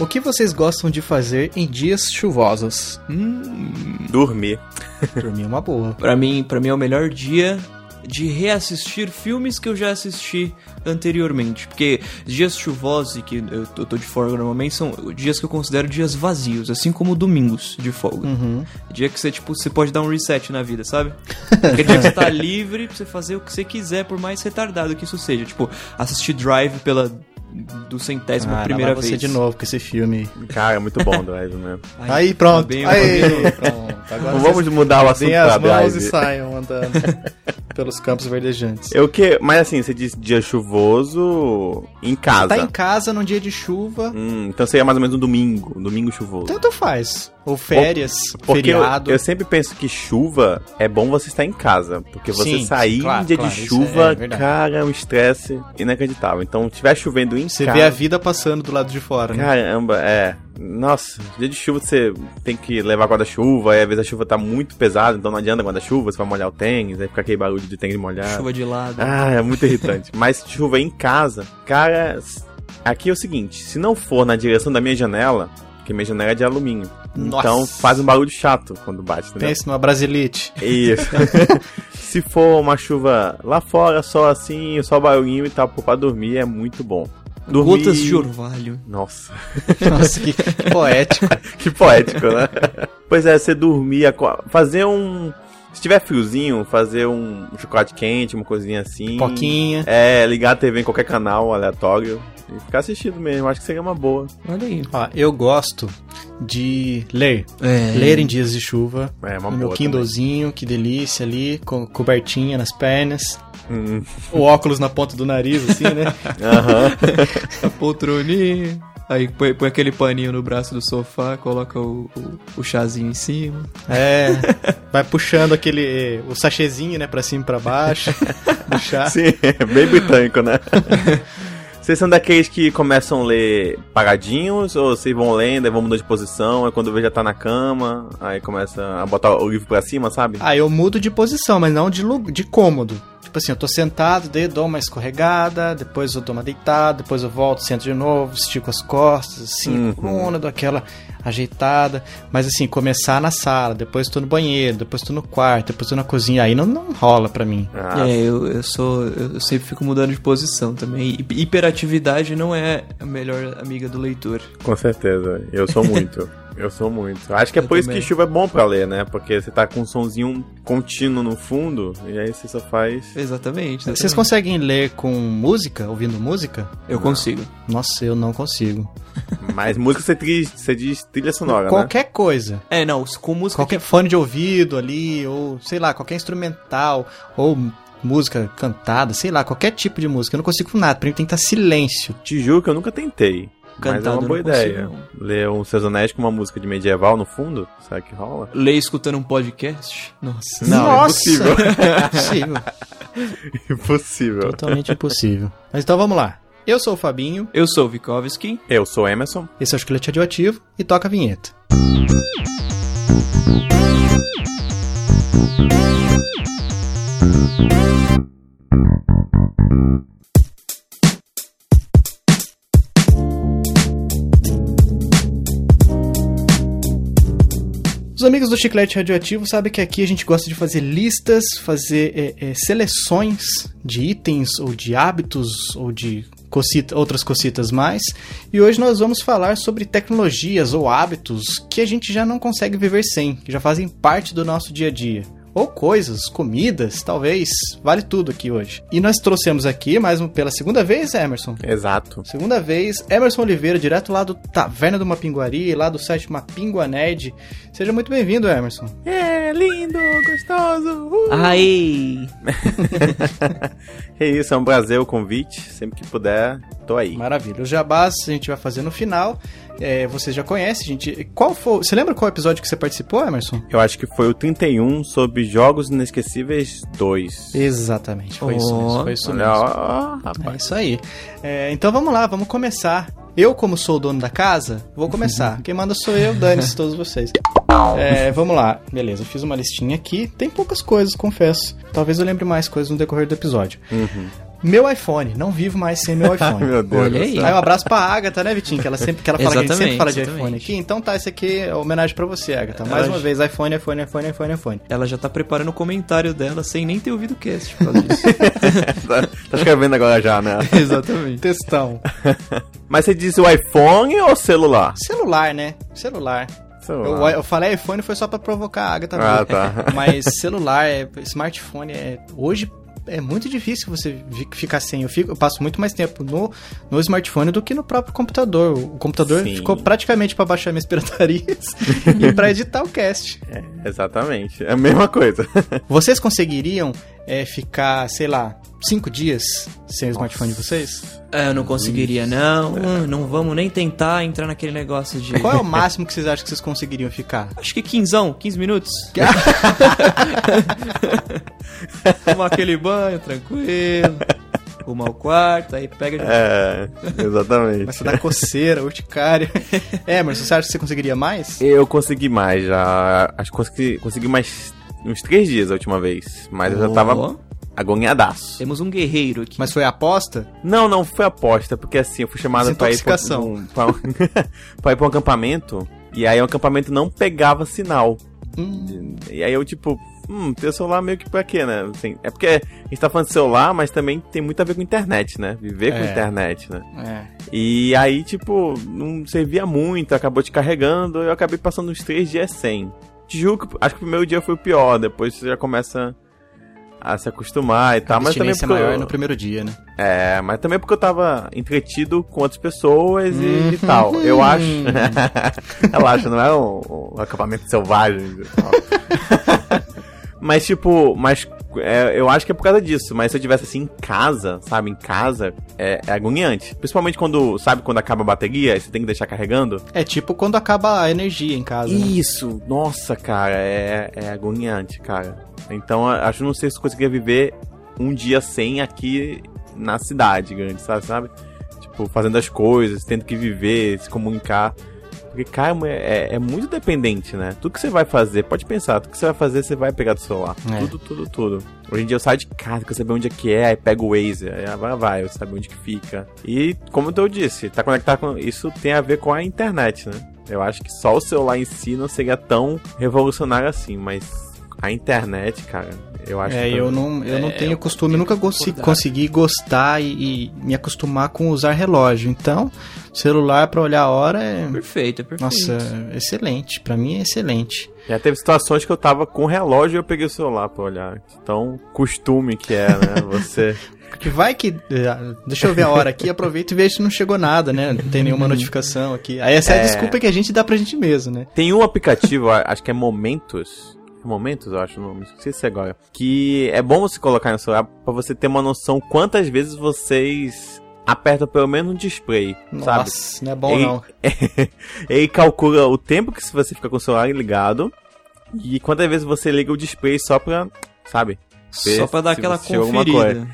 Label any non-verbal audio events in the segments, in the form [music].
O que vocês gostam de fazer em dias chuvosos? Hum, Dormir. dormir é uma boa. Pra mim, para mim é o melhor dia de reassistir filmes que eu já assisti anteriormente, porque dias chuvosos e que eu tô eu tô de folga normalmente são dias que eu considero dias vazios, assim como domingos de Hum. folga. Uhum. Dia que você tipo, você pode dar um reset na vida, sabe? Aquele dia que [laughs] você tá livre pra você fazer o que você quiser, por mais retardado que isso seja, tipo, assistir Drive pela do centésima Ah, lá primeira vai vez. você de novo com esse filme. Cara, é muito bom [laughs] Drive, né? Aí, pronto. tá bem, aí, tá bem. pronto. [laughs] Agora Não vamos mudar o assunto deem as pra mãos e Drive. saiam andando [laughs] pelos campos verdejantes. Eu que... Mas assim, você diz dia chuvoso em casa. Tá em casa num dia de chuva, Hum, então seria mais ou menos um domingo, um domingo chuvoso. tanto faz. Ou férias, Porque eu, Então, feriado. eu sempre penso que chuva é bom você estar em casa. Porque você Sim, sair claro, em dia claro, de isso chuva, é verdade. cara, é um estresse inacreditável. Então, tiver chovendo em Você casa. vê a vida passando do lado de fora, né? Caramba, é. Nossa, dia de chuva você tem que levar guarda-chuva, aí às vezes a chuva tá muito pesada, então não adianta guarda-chuva, você vai molhar o tênis, aí fica aquele barulho de tênis molhado. Chuva de lado. Ah, é [laughs] muito irritante. Mas chuva em casa, cara, s- aqui é o seguinte, se não for na direção da minha janela, porque minha janela é de alumínio, Nossa. então faz um barulho chato quando bate, entendeu? Pensa numa brasilite. [laughs] Isso. se for uma chuva lá fora, só assim, só barulhinho e tal, pô, pra dormir é muito bom. Dormir... Gotas de orvalho. Nossa. [laughs] [laughs] Nossa, que, [laughs] que poético. Que poético, [laughs] né? pois é, você dormir, aco- fazer um. Se tiver friozinho, fazer um chocolate quente, uma coisinha assim. Poquinha. É, ligar a TV em qualquer canal aleatório e ficar assistindo mesmo. Acho que seria uma boa. Olha aí. Ó, eu gosto de ler. É. Ler em dias de chuva. É, uma No meu boa. Kindlezinho, que delícia ali, com cobertinha nas pernas, também. Hum, o óculos na ponta do nariz, assim, né? [laughs] aham. A poltroninha. Aí põe, põe aquele paninho no braço do sofá, coloca o, o, o chazinho em cima. É, vai puxando aquele, o sachêzinho, né, pra cima e pra [laughs] baixo, do chá. Sim, é bem britânico, né? [laughs] Vocês são daqueles que começam a ler paradinhos, ou vocês vão lendo, aí vão mudando de posição, aí quando vê já tá na cama, aí começa a botar o livro pra cima, sabe? Ah, eu mudo de posição, mas não de, lu- de cômodo. Tipo assim, eu tô sentado, daí eu dou uma escorregada, depois eu dou uma deitada, depois eu volto, sento de novo, estico as costas, assim, Uhum. a coluna, dou aquela ajeitada. Mas assim, começar na sala, depois tô no banheiro, depois tô no quarto, depois tô na cozinha, aí não, não rola pra mim. Ah, É, eu, eu sou. Eu sempre fico mudando de posição também. Hi- Hiperatividade não é a melhor amiga do leitor. Com certeza, eu sou muito. Eu sou muito. Acho que é Eu por isso também. que chuva é bom pra ler, né? Porque você tá com um sonzinho contínuo no fundo, e aí você só [laughs] faz. Exatamente. exatamente. Vocês conseguem ler com música, ouvindo música? Eu consigo. Nossa, eu não consigo. Mas música você, tri... você diz trilha sonora, né? Qualquer coisa. É, não, s- com música. Qualquer fone de ouvido ali, ou sei lá, qualquer instrumental, ou música cantada, sei lá, qualquer tipo de música. Eu não consigo com nada, pra mim tem que estar silêncio. Te juro que eu nunca tentei. mas é Cantado, uma boa eu não consigo, ideia. não. Ler um Sazonés com uma música de medieval no fundo, será [laughs] que rola? Ler escutando um podcast? Nossa. Não, é impossível. [laughs] é impossível. [laughs] Impossível. Totalmente impossível. Mas então vamos lá. Eu sou o Fabinho, Eu sou o Vikovski. Eu sou Emerson. esse é o Esqueleto Radioativo, e toca a vinheta. Os amigos do Chiclete Radioativo sabem que aqui a gente gosta de fazer listas, fazer é, é, seleções de itens ou de hábitos ou de cocita- outras cocitas mais. E hoje nós vamos falar sobre tecnologias ou hábitos que a gente já não consegue viver sem, que já fazem parte do nosso dia a dia. Ou coisas, comidas, talvez, vale tudo aqui hoje. E nós trouxemos aqui, mais um, pela segunda vez, Emerson, Exato. Segunda vez, Emerson Oliveira, direto lá do Taverna do Mapinguari, lá do site Mapingua Nerd. Seja muito bem-vindo, Emerson. É lindo, gostoso. uh! Ai! É isso, é um prazer o convite. Sempre que puder, tô aí. Maravilha. Os jabás a gente vai fazer no final. É, você já conhece, gente. Qual foi. Você lembra qual episódio que você participou, Emerson? Eu acho que foi o 31 sobre Jogos Inesquecíveis 2. Exatamente, foi isso Oh, mesmo. Foi isso Olha, mesmo. ó, ó, É rapaz. isso aí. É, então vamos lá, vamos começar Eu, como sou o dono da casa, vou [laughs] começar. Quem manda sou eu, dane-se todos vocês. É, vamos lá. Beleza, eu fiz uma listinha aqui. Tem poucas coisas, confesso. Talvez eu lembre mais coisas no decorrer do episódio. Meu iPhone. Não vivo mais sem [laughs] meu iPhone. Uhum. Meu Deus. Olha do aí. céu. Aí um abraço pra Agatha, né, Vitinho? Que ela sempre que ela fala que a gente sempre Exatamente, fala de exatamente. iPhone aqui. Então tá, esse aqui é homenagem pra você, Agatha. Mais Ela- uma vez, iPhone, iPhone, iPhone, iPhone, iPhone. Ela já tá preparando o comentário dela sem nem ter ouvido o cast [laughs] por causa disso. tá, tá escrevendo agora já, né? Exatamente. Textão. Mas você disse o iPhone ou celular? Celular, né? Celular. Eu, Celular. eu falei iPhone foi só pra provocar a Agatha. Ah, mesmo. tá. [laughs] Mas celular, é- smartphone, é, hoje é muito difícil você vi- ficar sem. Eu, fico- eu passo muito mais tempo no, no smartphone do que no próprio computador. O computador Sim. ficou praticamente pra baixar minhas piratarias [laughs] e pra editar o cast. Exatamente. É a mesma coisa. Vocês conseguiriam é, ficar, sei lá, cinco dias sem o smartphone de vocês? É, eu não conseguiria, é. não. Ah, Não vamos nem tentar entrar naquele negócio de. Qual é o máximo que vocês acham que vocês conseguiriam ficar? Acho que quinzão, 15 [laughs] minutos. Tomar aquele banho tranquilo. Arrumar o quarto, aí pega. de- É, exatamente. Começa a dar coceira, [laughs] urticária. É, mas você acha que você conseguiria mais? Eu consegui mais já. Acho que consegui, consegui mais uns três dias a última vez. Mas eu já Ó, tava agonhadaço. É. Temos um guerreiro aqui. Mas foi a aposta? Não, não, foi aposta, porque assim, eu fui chamado pra ir pra, Desintoxicação. um, [laughs] pra, um- pra ir pra um acampamento, e aí o acampamento não pegava sinal. Hum, E aí eu, tipo, hum, ter celular meio que pra quê, né? Assim, é porque a gente tá falando de celular, mas também tem muito a ver com internet, né? Viver com É. internet, né? é. E aí, tipo, não servia muito, acabou te carregando, eu acabei passando uns três dias sem. Te juro que acho que o primeiro dia foi o pior, depois você já começa a se acostumar e tal, Tá, mas também abstinência porque eu- maior no primeiro dia, né? é, mas também porque eu tava entretido com outras pessoas e, e tal. Eu acho. [laughs] Relaxa, não é um, um acampamento selvagem. e tal. [laughs] mas, tipo, mas é, eu acho que é por causa disso. Mas se eu tivesse assim em casa, sabe? Em casa, é, é agoniante. Principalmente quando, sabe, quando acaba a bateria e você tem que deixar carregando. É tipo quando acaba a energia em casa. né? Isso! Nossa, cara, é, é agoniante, cara. Então, eu acho que não sei se eu conseguia viver um dia sem aqui na cidade grande, sabe? sabe? Tipo, fazendo as coisas, tendo que viver, se comunicar. Porque, cara, é, é- é muito dependente, né? Tudo que você vai fazer, pode pensar, tudo que você vai fazer, você vai pegar do celular. É. Tudo, tudo, tudo. Hoje em dia eu saio de casa, quero saber onde é que é, aí pego o Waze, aí vai, vai, eu saber onde que fica. E, como eu disse, tá conectado com... Isso tem a ver com a internet, né? Eu acho que só o celular em si não seria tão revolucionário assim, mas a internet, cara, eu acho É, que... eu não, eu não É, tenho eu costume, tenho nunca que consi- concordar. consegui gostar e, e me acostumar com usar relógio. Então, celular pra olhar a hora é. Perfeito, é perfeito. Nossa, excelente. Pra mim é excelente. Já teve situações que eu tava com o relógio e eu peguei o celular pra olhar. Então, costume que [laughs] é, né? Você... Porque vai que. eh, Deixa eu ver a hora aqui, [laughs] aproveita e vejo se não chegou nada, né? Não tem nenhuma notificação aqui. Aí essa é a Uhum. É. desculpa que a gente dá pra gente mesmo, né? Tem um aplicativo, a- acho que é Momentos. É Momentos, eu acho, não me esqueci agora. Que é bom você colocar no celular pra você ter uma noção quantas vezes vocês apertam pelo menos um display, sabe? Nossa, não é bom Ei, não. Ele calcula o tempo que você fica com o celular ligado e quantas vezes você liga o display só pra, sabe? Só pra dar se aquela você tirou alguma conferida.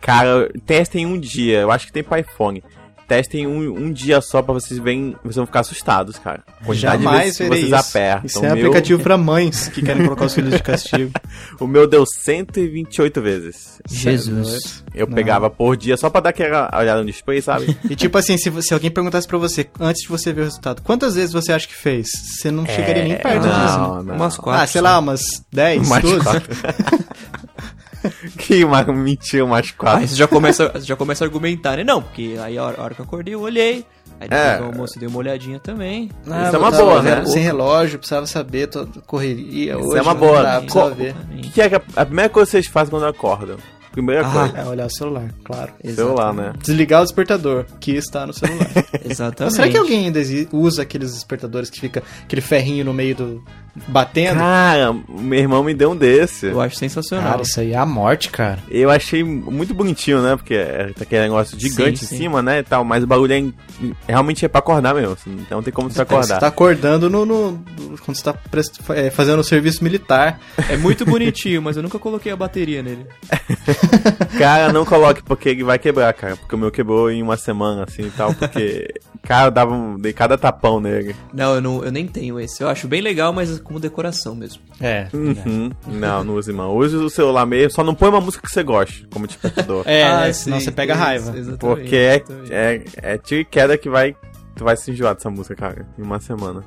Cara, testem um dia. Eu acho que tem pra iPhone. Testem um, um dia só pra vocês verem. Vocês vão ficar assustados, cara. A Quantidade de Jamais vezes que verei vocês isso. apertam. Isso é O um meu- aplicativo pra mães que querem colocar os filhos de castigo. O meu deu 128 vezes. é Jesus. Eu Não. pegava por dia só pra dar aquela olhada no [laughs] display, sabe? E tipo assim, se, se alguém perguntasse pra você, antes de você ver o resultado, quantas vezes você acha que fez? Você não chegaria nem É, perto É, não, disso. não. né? Umas quatro. Ah, sei lá, umas 10, Mais 12? quatro. [laughs] que uma, mentira, mais Aí quatro. você já começa, [laughs] você já começa a argumentar, né? Não, porque aí a hora, a hora que eu acordei eu olhei. Aí depois É. do almoço eu dei uma olhadinha também. Ah, Isso é uma eu tava boa, né? olhando Sem relógio, precisava saber, tô, correria. Isso hoje, é uma não boa. dá, Co- precisava [laughs] ver. O Exatamente. que, que é que a, a primeira coisa que vocês fazem quando acordam? Primeira Ah, coisa. É, olhar o celular, claro. Celular, né? Desligar o despertador, que está no [laughs] celular. Mas Exatamente. será que é alguém ainda exi- usa aqueles despertadores que fica aquele ferrinho no meio do. batendo? Cara, meu irmão me deu um desse. Eu acho sensacional. Cara, isso aí é a morte, cara. Eu achei muito bonitinho, né? Porque é aquele negócio gigante Sim, em sim. cima, né? E assim, tal, mas o bagulho é, em- realmente é pra acordar mesmo. Então não tem como você acordar. Você tá acordando no, no- quando você tá prest- é, fazendo o serviço militar. É muito bonitinho, mas eu nunca coloquei a bateria nele. [laughs] Cara, não coloque porque ele vai quebrar, cara. Porque o meu quebrou em uma semana, assim e tal. Porque, cara, eu dava um, dei cada tapão nele. Não eu, não, eu nem tenho esse. Eu acho bem legal, mas como decoração mesmo. É. Uhum. Não, não use, mano. Use o celular mesmo. Só não põe uma música que você goste, como despertador. É, Ah, né? sim, senão você pega isso, raiva. exatamente, porque é, exatamente. é, é tiro e queda que vai. Tu vai se enjoar dessa música, cara, em uma semana.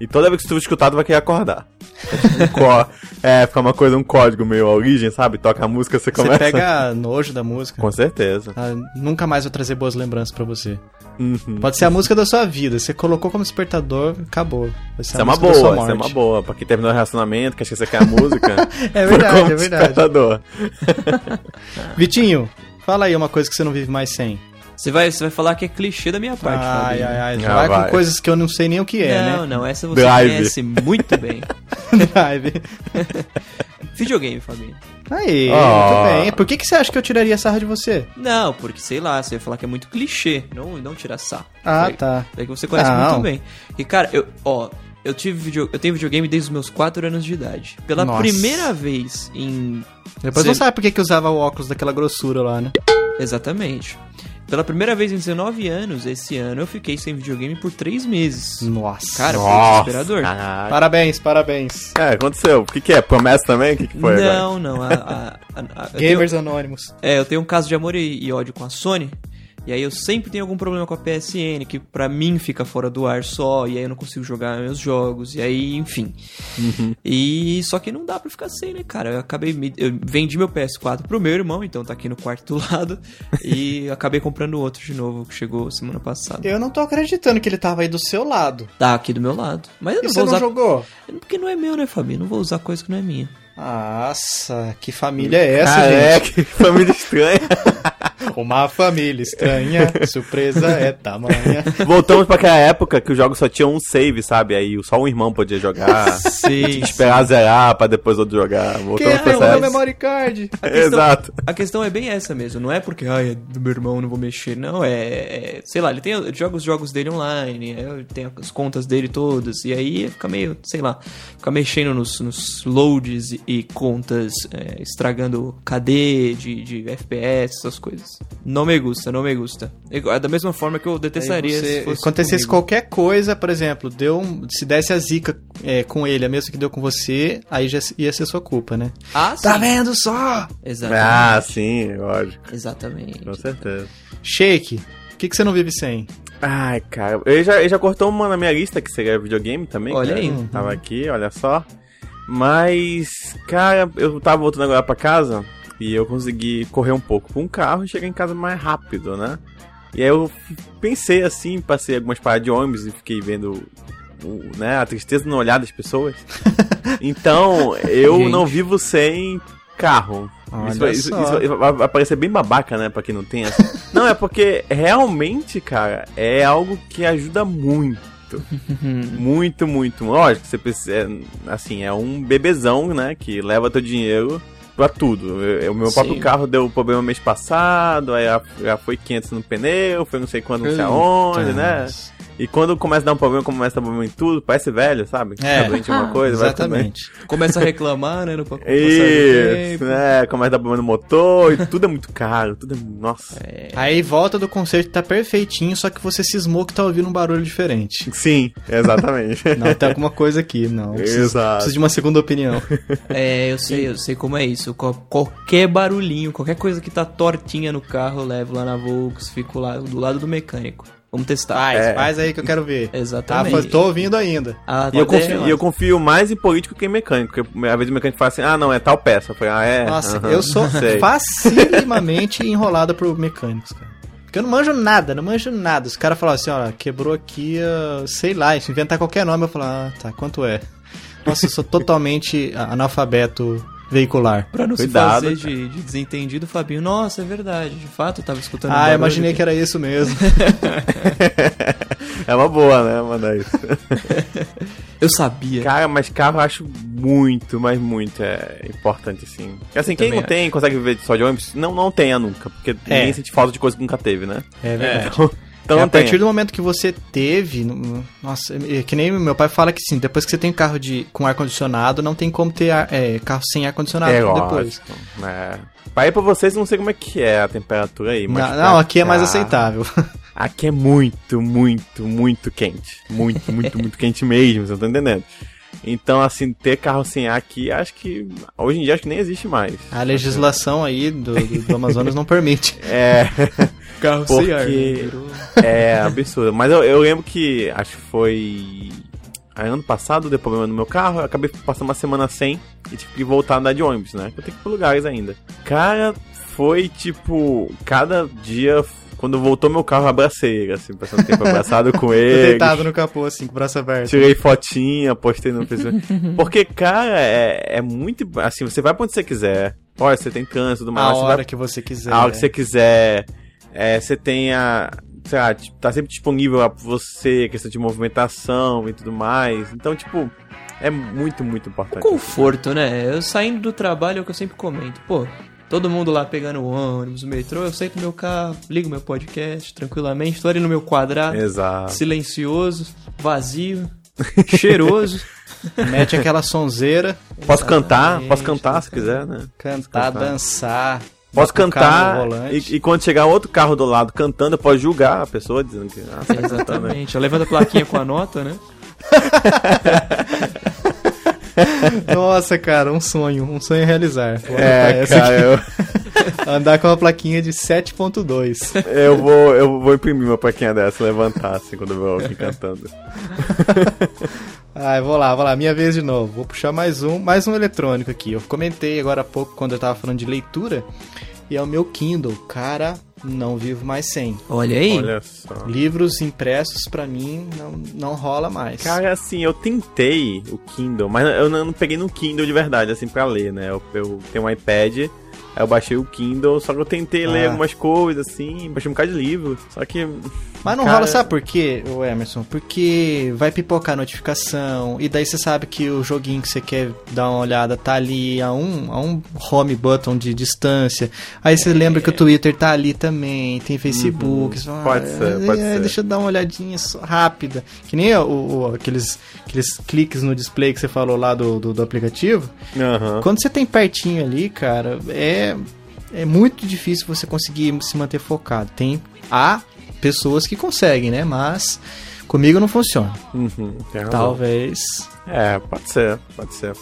E toda vez que tu escutar, tu vai querer acordar. É, tipo um có- [laughs] é, fica uma coisa, um código meio a origem, sabe? Toca a música, você começa. Você pega nojo da música. Com certeza. Ah, nunca mais vou trazer boas lembranças pra você. Uhum. Pode ser a música da sua vida. Você colocou como despertador, acabou. Vai ser Isso é uma música boa, da sua isso é morte. uma boa. Pra quem terminou o relacionamento, quer esquecer que é a música. É foi verdade, como é verdade. despertador. Vitinho, fala aí uma coisa que você não vive mais sem. Você vai, você vai falar que é clichê da minha parte, Ai, Fabinho. ai, ai. Ah, Vai, vai. com coisas que eu não sei nem o que é, [laughs] não, não, essa você Drive. conhece muito bem. [laughs] né? Drive. Videogame, Fabinho. [laughs] Aí, Ah. muito bem. Por que, que você acha que eu tiraria sarra de você? Não, porque sei lá, você ia falar que é muito clichê, não, não tirar sarro. Ah, Foi- tá. É que você conhece Não. muito bem. E cara, eu, ó, eu tive video, eu tenho videogame desde os meus 4 anos de idade. Pela Nossa. primeira vez em Depois Sim. não sabe por que, que usava o óculos daquela grossura lá, né? exatamente. Pela primeira vez em 19 anos, esse ano eu fiquei sem videogame por 3 meses. Nossa. Cara, foi desesperador. caralho. Parabéns, parabéns. É, aconteceu. O que, que é? Promessa também? O que, que foi agora? não, não, a, a- a- a- eu tenho- Gamers Anônimos. É, eu tenho um caso de amor e, e ódio com a Sony. E aí eu sempre tenho algum problema com a PSN, que pra mim fica fora do ar só, e aí eu não consigo jogar meus jogos, e aí, enfim. E só que não dá pra ficar sem, né, cara? Eu acabei me- eu vendi meu PS4 pro meu irmão, então tá aqui no quarto [laughs] do lado, e eu acabei comprando outro de novo, que chegou semana passada. Eu não tô acreditando que ele tava aí do seu lado. Tá aqui do meu lado. Mas eu E não você vou não usar. jogou? Porque não é meu, né, Fabi? Não vou usar coisa que não é minha. Nossa, que família é essa, Ah, gente? é, [laughs] que família estranha. Uma família estranha, [laughs] surpresa é tamanha. Voltamos pra aquela época que os jogos só tinham um save, sabe? Aí só um irmão podia jogar. Sei. esperar zerar pra depois outro jogar. Voltamos Que pra é essa o mesmo- época. memory card? questão- Exato. [laughs] A questão é bem essa mesmo, não é porque, ai, é do meu irmão, não vou mexer, não, é, é- sei lá, ele tem, ele joga os jogos dele online, é, tem as contas dele todas, e aí fica meio, sei lá, fica mexendo nos, nos loads e, e contas, é, estragando KD de, de FPS, essas coisas. Não me gusta, não me gusta. É da mesma forma que eu detestaria Aí você- se fosse acontecesse comigo. qualquer coisa, por exemplo, deu um- se desse a zica é, com ele, a mesma que deu com você, aí já ia ser sua culpa, né? Ah, sim. Tá vendo só? Exatamente. Ah, sim, lógico. Exatamente. Com certeza. Shake, o que, que você não vive sem? Ai, cara, eu já, eu já cortou uma na minha lista, que seria videogame também. Olha cara. aí. Tava aqui, olha só. Mas, cara, eu tava voltando agora pra casa e eu consegui correr um pouco com o carro e chegar em casa mais rápido, né? E aí eu f- pensei assim, passei algumas paradas de ônibus e fiquei vendo o- né, a tristeza no olhar das [laughs] pessoas. então, eu Gente. não vivo sem carro. Olha Isso, vai- isso- só. isso vai vai parecer bem babaca, né, pra quem não tem [laughs] essa. não, é porque realmente, cara, é algo que ajuda muito. Uhum. Muito, muito. Lógico, você precisa. é, Assim, é um bebezão, né, que leva teu dinheiro pra tudo. Eu- eu- O meu próprio Sim. carro deu problema mês passado, aí já- já foi 500 no pneu, foi não sei quanto, não sei Eita. aonde, né? E quando começa a dar um problema, começa a dar problema em tudo, parece velho, sabe? É. Tá doente em uma coisa, vai também. Exatamente. Começa a reclamar, né, no pa- passar do Isso, tempo. né? Começa a dar problema no motor e tudo é muito caro, tudo é. Nossa. Aí volta do concerto, tá perfeitinho, só que você cismou que tá ouvindo um barulho diferente. Sim, [laughs] exatamente. [laughs] Não, tem alguma coisa aqui, não. Preciso, Exato. preciso de uma segunda opinião. É, eu sei, eu sei como é isso. Qual- qualquer barulhinho, qualquer coisa que tá tortinha no carro, eu levo lá na Volks, fico lá do lado do mecânico. Vamos Ah, testar. é. Faz, faz aí que eu quero ver. Tá, Exatamente. faz- tô ouvindo ainda. Ah, E eu, pode- confio, e eu confio mais em político que em mecânico. Porque às vezes o mecânico fala assim, ah, não, é tal peça. Eu falei, ah, é. Nossa, aham, eu sou [laughs] sei. facilimamente enrolado por mecânicos, cara. Porque eu não manjo nada, não manjo nada. Os caras falam assim, ó, quebrou aqui, ah, sei lá, se inventar qualquer nome, eu falo, ah, tá, quanto é? Nossa, eu sou totalmente a- analfabeto veicular. Pra não Cuidado, se fazer de, de desentendido, Fabinho. Nossa, é verdade. De fato, eu tava escutando. um Ah, eu imaginei que era isso mesmo. É uma boa, né, [laughs] mandar isso. Eu sabia. Cara, mas carro eu acho muito, mas muito é importante, assim. Porque, Assim, quem também não tem, consegue viver só de ônibus, não, não tenha nunca. Porque ninguém sente falta de coisa que nunca teve, né? É verdade. Então, Então é, a não tem. partir do momento que você teve. no- Nossa, é que nem meu pai fala que sim, depois que você tem um carro de, com ar-condicionado, não tem como ter ar- é, carro sem ar-condicionado É, depois. lógico. É. Pra ir pra vocês, não sei como é que Ah. é a temperatura aí, mas. Não, pra não, aqui é mais cá, [laughs] aceitável. Aqui é muito, muito, muito quente. Muito, [laughs] muito, muito quente mesmo, você não tá entendendo? Então, assim, ter carro sem ar aqui, acho que. Hoje em dia, acho que nem existe mais. A legislação aí do, do- do Amazonas não permite. [laughs] É. Carro Porque- É absurdo. Mas eu, eu lembro que acho que foi. aí, ano passado deu problema no meu carro, eu acabei passando uma semana sem e tive que voltar a andar de ônibus, né? Eu tenho que ir pra lugares ainda. Cara, foi tipo. Cada dia, quando voltou meu carro, eu abracei ele, assim, passando tempo [laughs] abraçado com Tô ele. deitado no capô, assim, com o braço aberto. Tirei fotinha, postei no Facebook. Porque, cara, é, é muito. Assim, você vai pra onde você quiser. Olha, você tem câncer, do A mal, você vai hora que você quiser. a hora que você quiser. É, você tenha. Sei lá, tipo, tá sempre disponível a você, questão de movimentação e tudo mais. Então, tipo, é muito, muito O importante. conforto, né? Eu saindo do trabalho é o que eu sempre comento. Pô, todo mundo lá pegando o ônibus, o metrô, eu sento no meu carro, ligo meu podcast tranquilamente, tô ali no meu quadrado, Exato. silencioso, [laughs] vazio, cheiroso. Mete aquela sonzeira, Posso cantar, Exatamente, posso cantar se quiser, né? cantar, Cantar. dançar. Posso batucar no cantar volante. e, e quando chegar outro carro do lado cantando, eu posso julgar a pessoa dizendo que. [laughs] Ah, você tá cantando. aí. Exatamente. Eu levanto a plaquinha com a nota, né? Nossa, cara, um sonho. Um sonho a realizar. Vou anotar É, essa cara, eu, aqui. [laughs] Andar com uma plaquinha de 7.2. eu, vou, eu vou imprimir uma plaquinha dessa, levantar assim quando eu ver alguém cantando. Ai, vou lá, vou lá. Minha vez de novo. Vou puxar mais um, mais um eletrônico aqui. Eu comentei agora há pouco quando eu tava falando de leitura. E é o meu Kindle. Cara, não vivo mais sem. Olha aí. Olha só. Livros impressos, pra mim, não, não rola mais. Cara, assim, eu tentei o Kindle, mas eu não, eu não peguei no Kindle de verdade, assim, pra ler, né? Eu, eu tenho um iPad, aí eu baixei o Kindle, só que eu tentei Ah. ler algumas coisas, assim, baixei um bocado de livro, só que... Mas não Cara- rola, sabe por quê, ô Emerson? Porque vai pipocar a notificação, e daí você sabe que o joguinho que você quer dar uma olhada tá ali a um, a um home button de distância. Aí você lembra que o Twitter tá ali também, tem Facebook. você fala, Uhum. Pode ser, pode "Ah, ser." Deixa eu dar uma olhadinha só, rápida. Que nem o, o- aqueles, aqueles cliques no display que você falou lá do, do, do aplicativo. Aham. Quando você tem pertinho ali, cara, é, é muito difícil você conseguir se manter focado. Tem há pessoas que conseguem, né? Mas comigo não funciona. Uhum, tem razão. Talvez. É, pode ser, pode ser.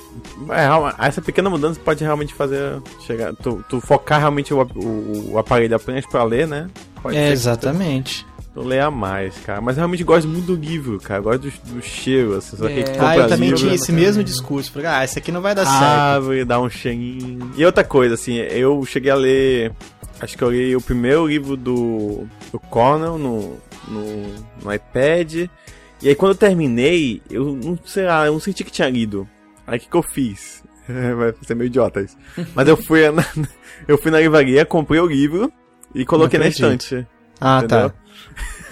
É, real- essa pequena mudança pode realmente fazer chegar... Tu, tu focar realmente o, ap- o, o aparelho apenas pra ler, né? Pode É, ser exatamente. que tu leia mais, cara. Mas eu realmente gosto muito do livro, cara. Eu gosto do, do cheiro, assim. Só que É. tu Ah, compra eu também livro, tinha né? esse mesmo discurso. Falei, Ah, isso aqui não vai dar certo. árvore, dá um cheirinho. E outra coisa, assim, eu cheguei a ler. Acho que eu li o primeiro livro do, do Conan no, no, no iPad. E aí quando eu terminei, eu não sei lá, eu não senti que tinha lido. Aí o que, que eu fiz? [laughs] Vai ser meio idiota isso. Mas eu fui na, [laughs] eu fui na livraria, comprei o livro e coloquei na acredito. estante. Ah, Entendeu? tá.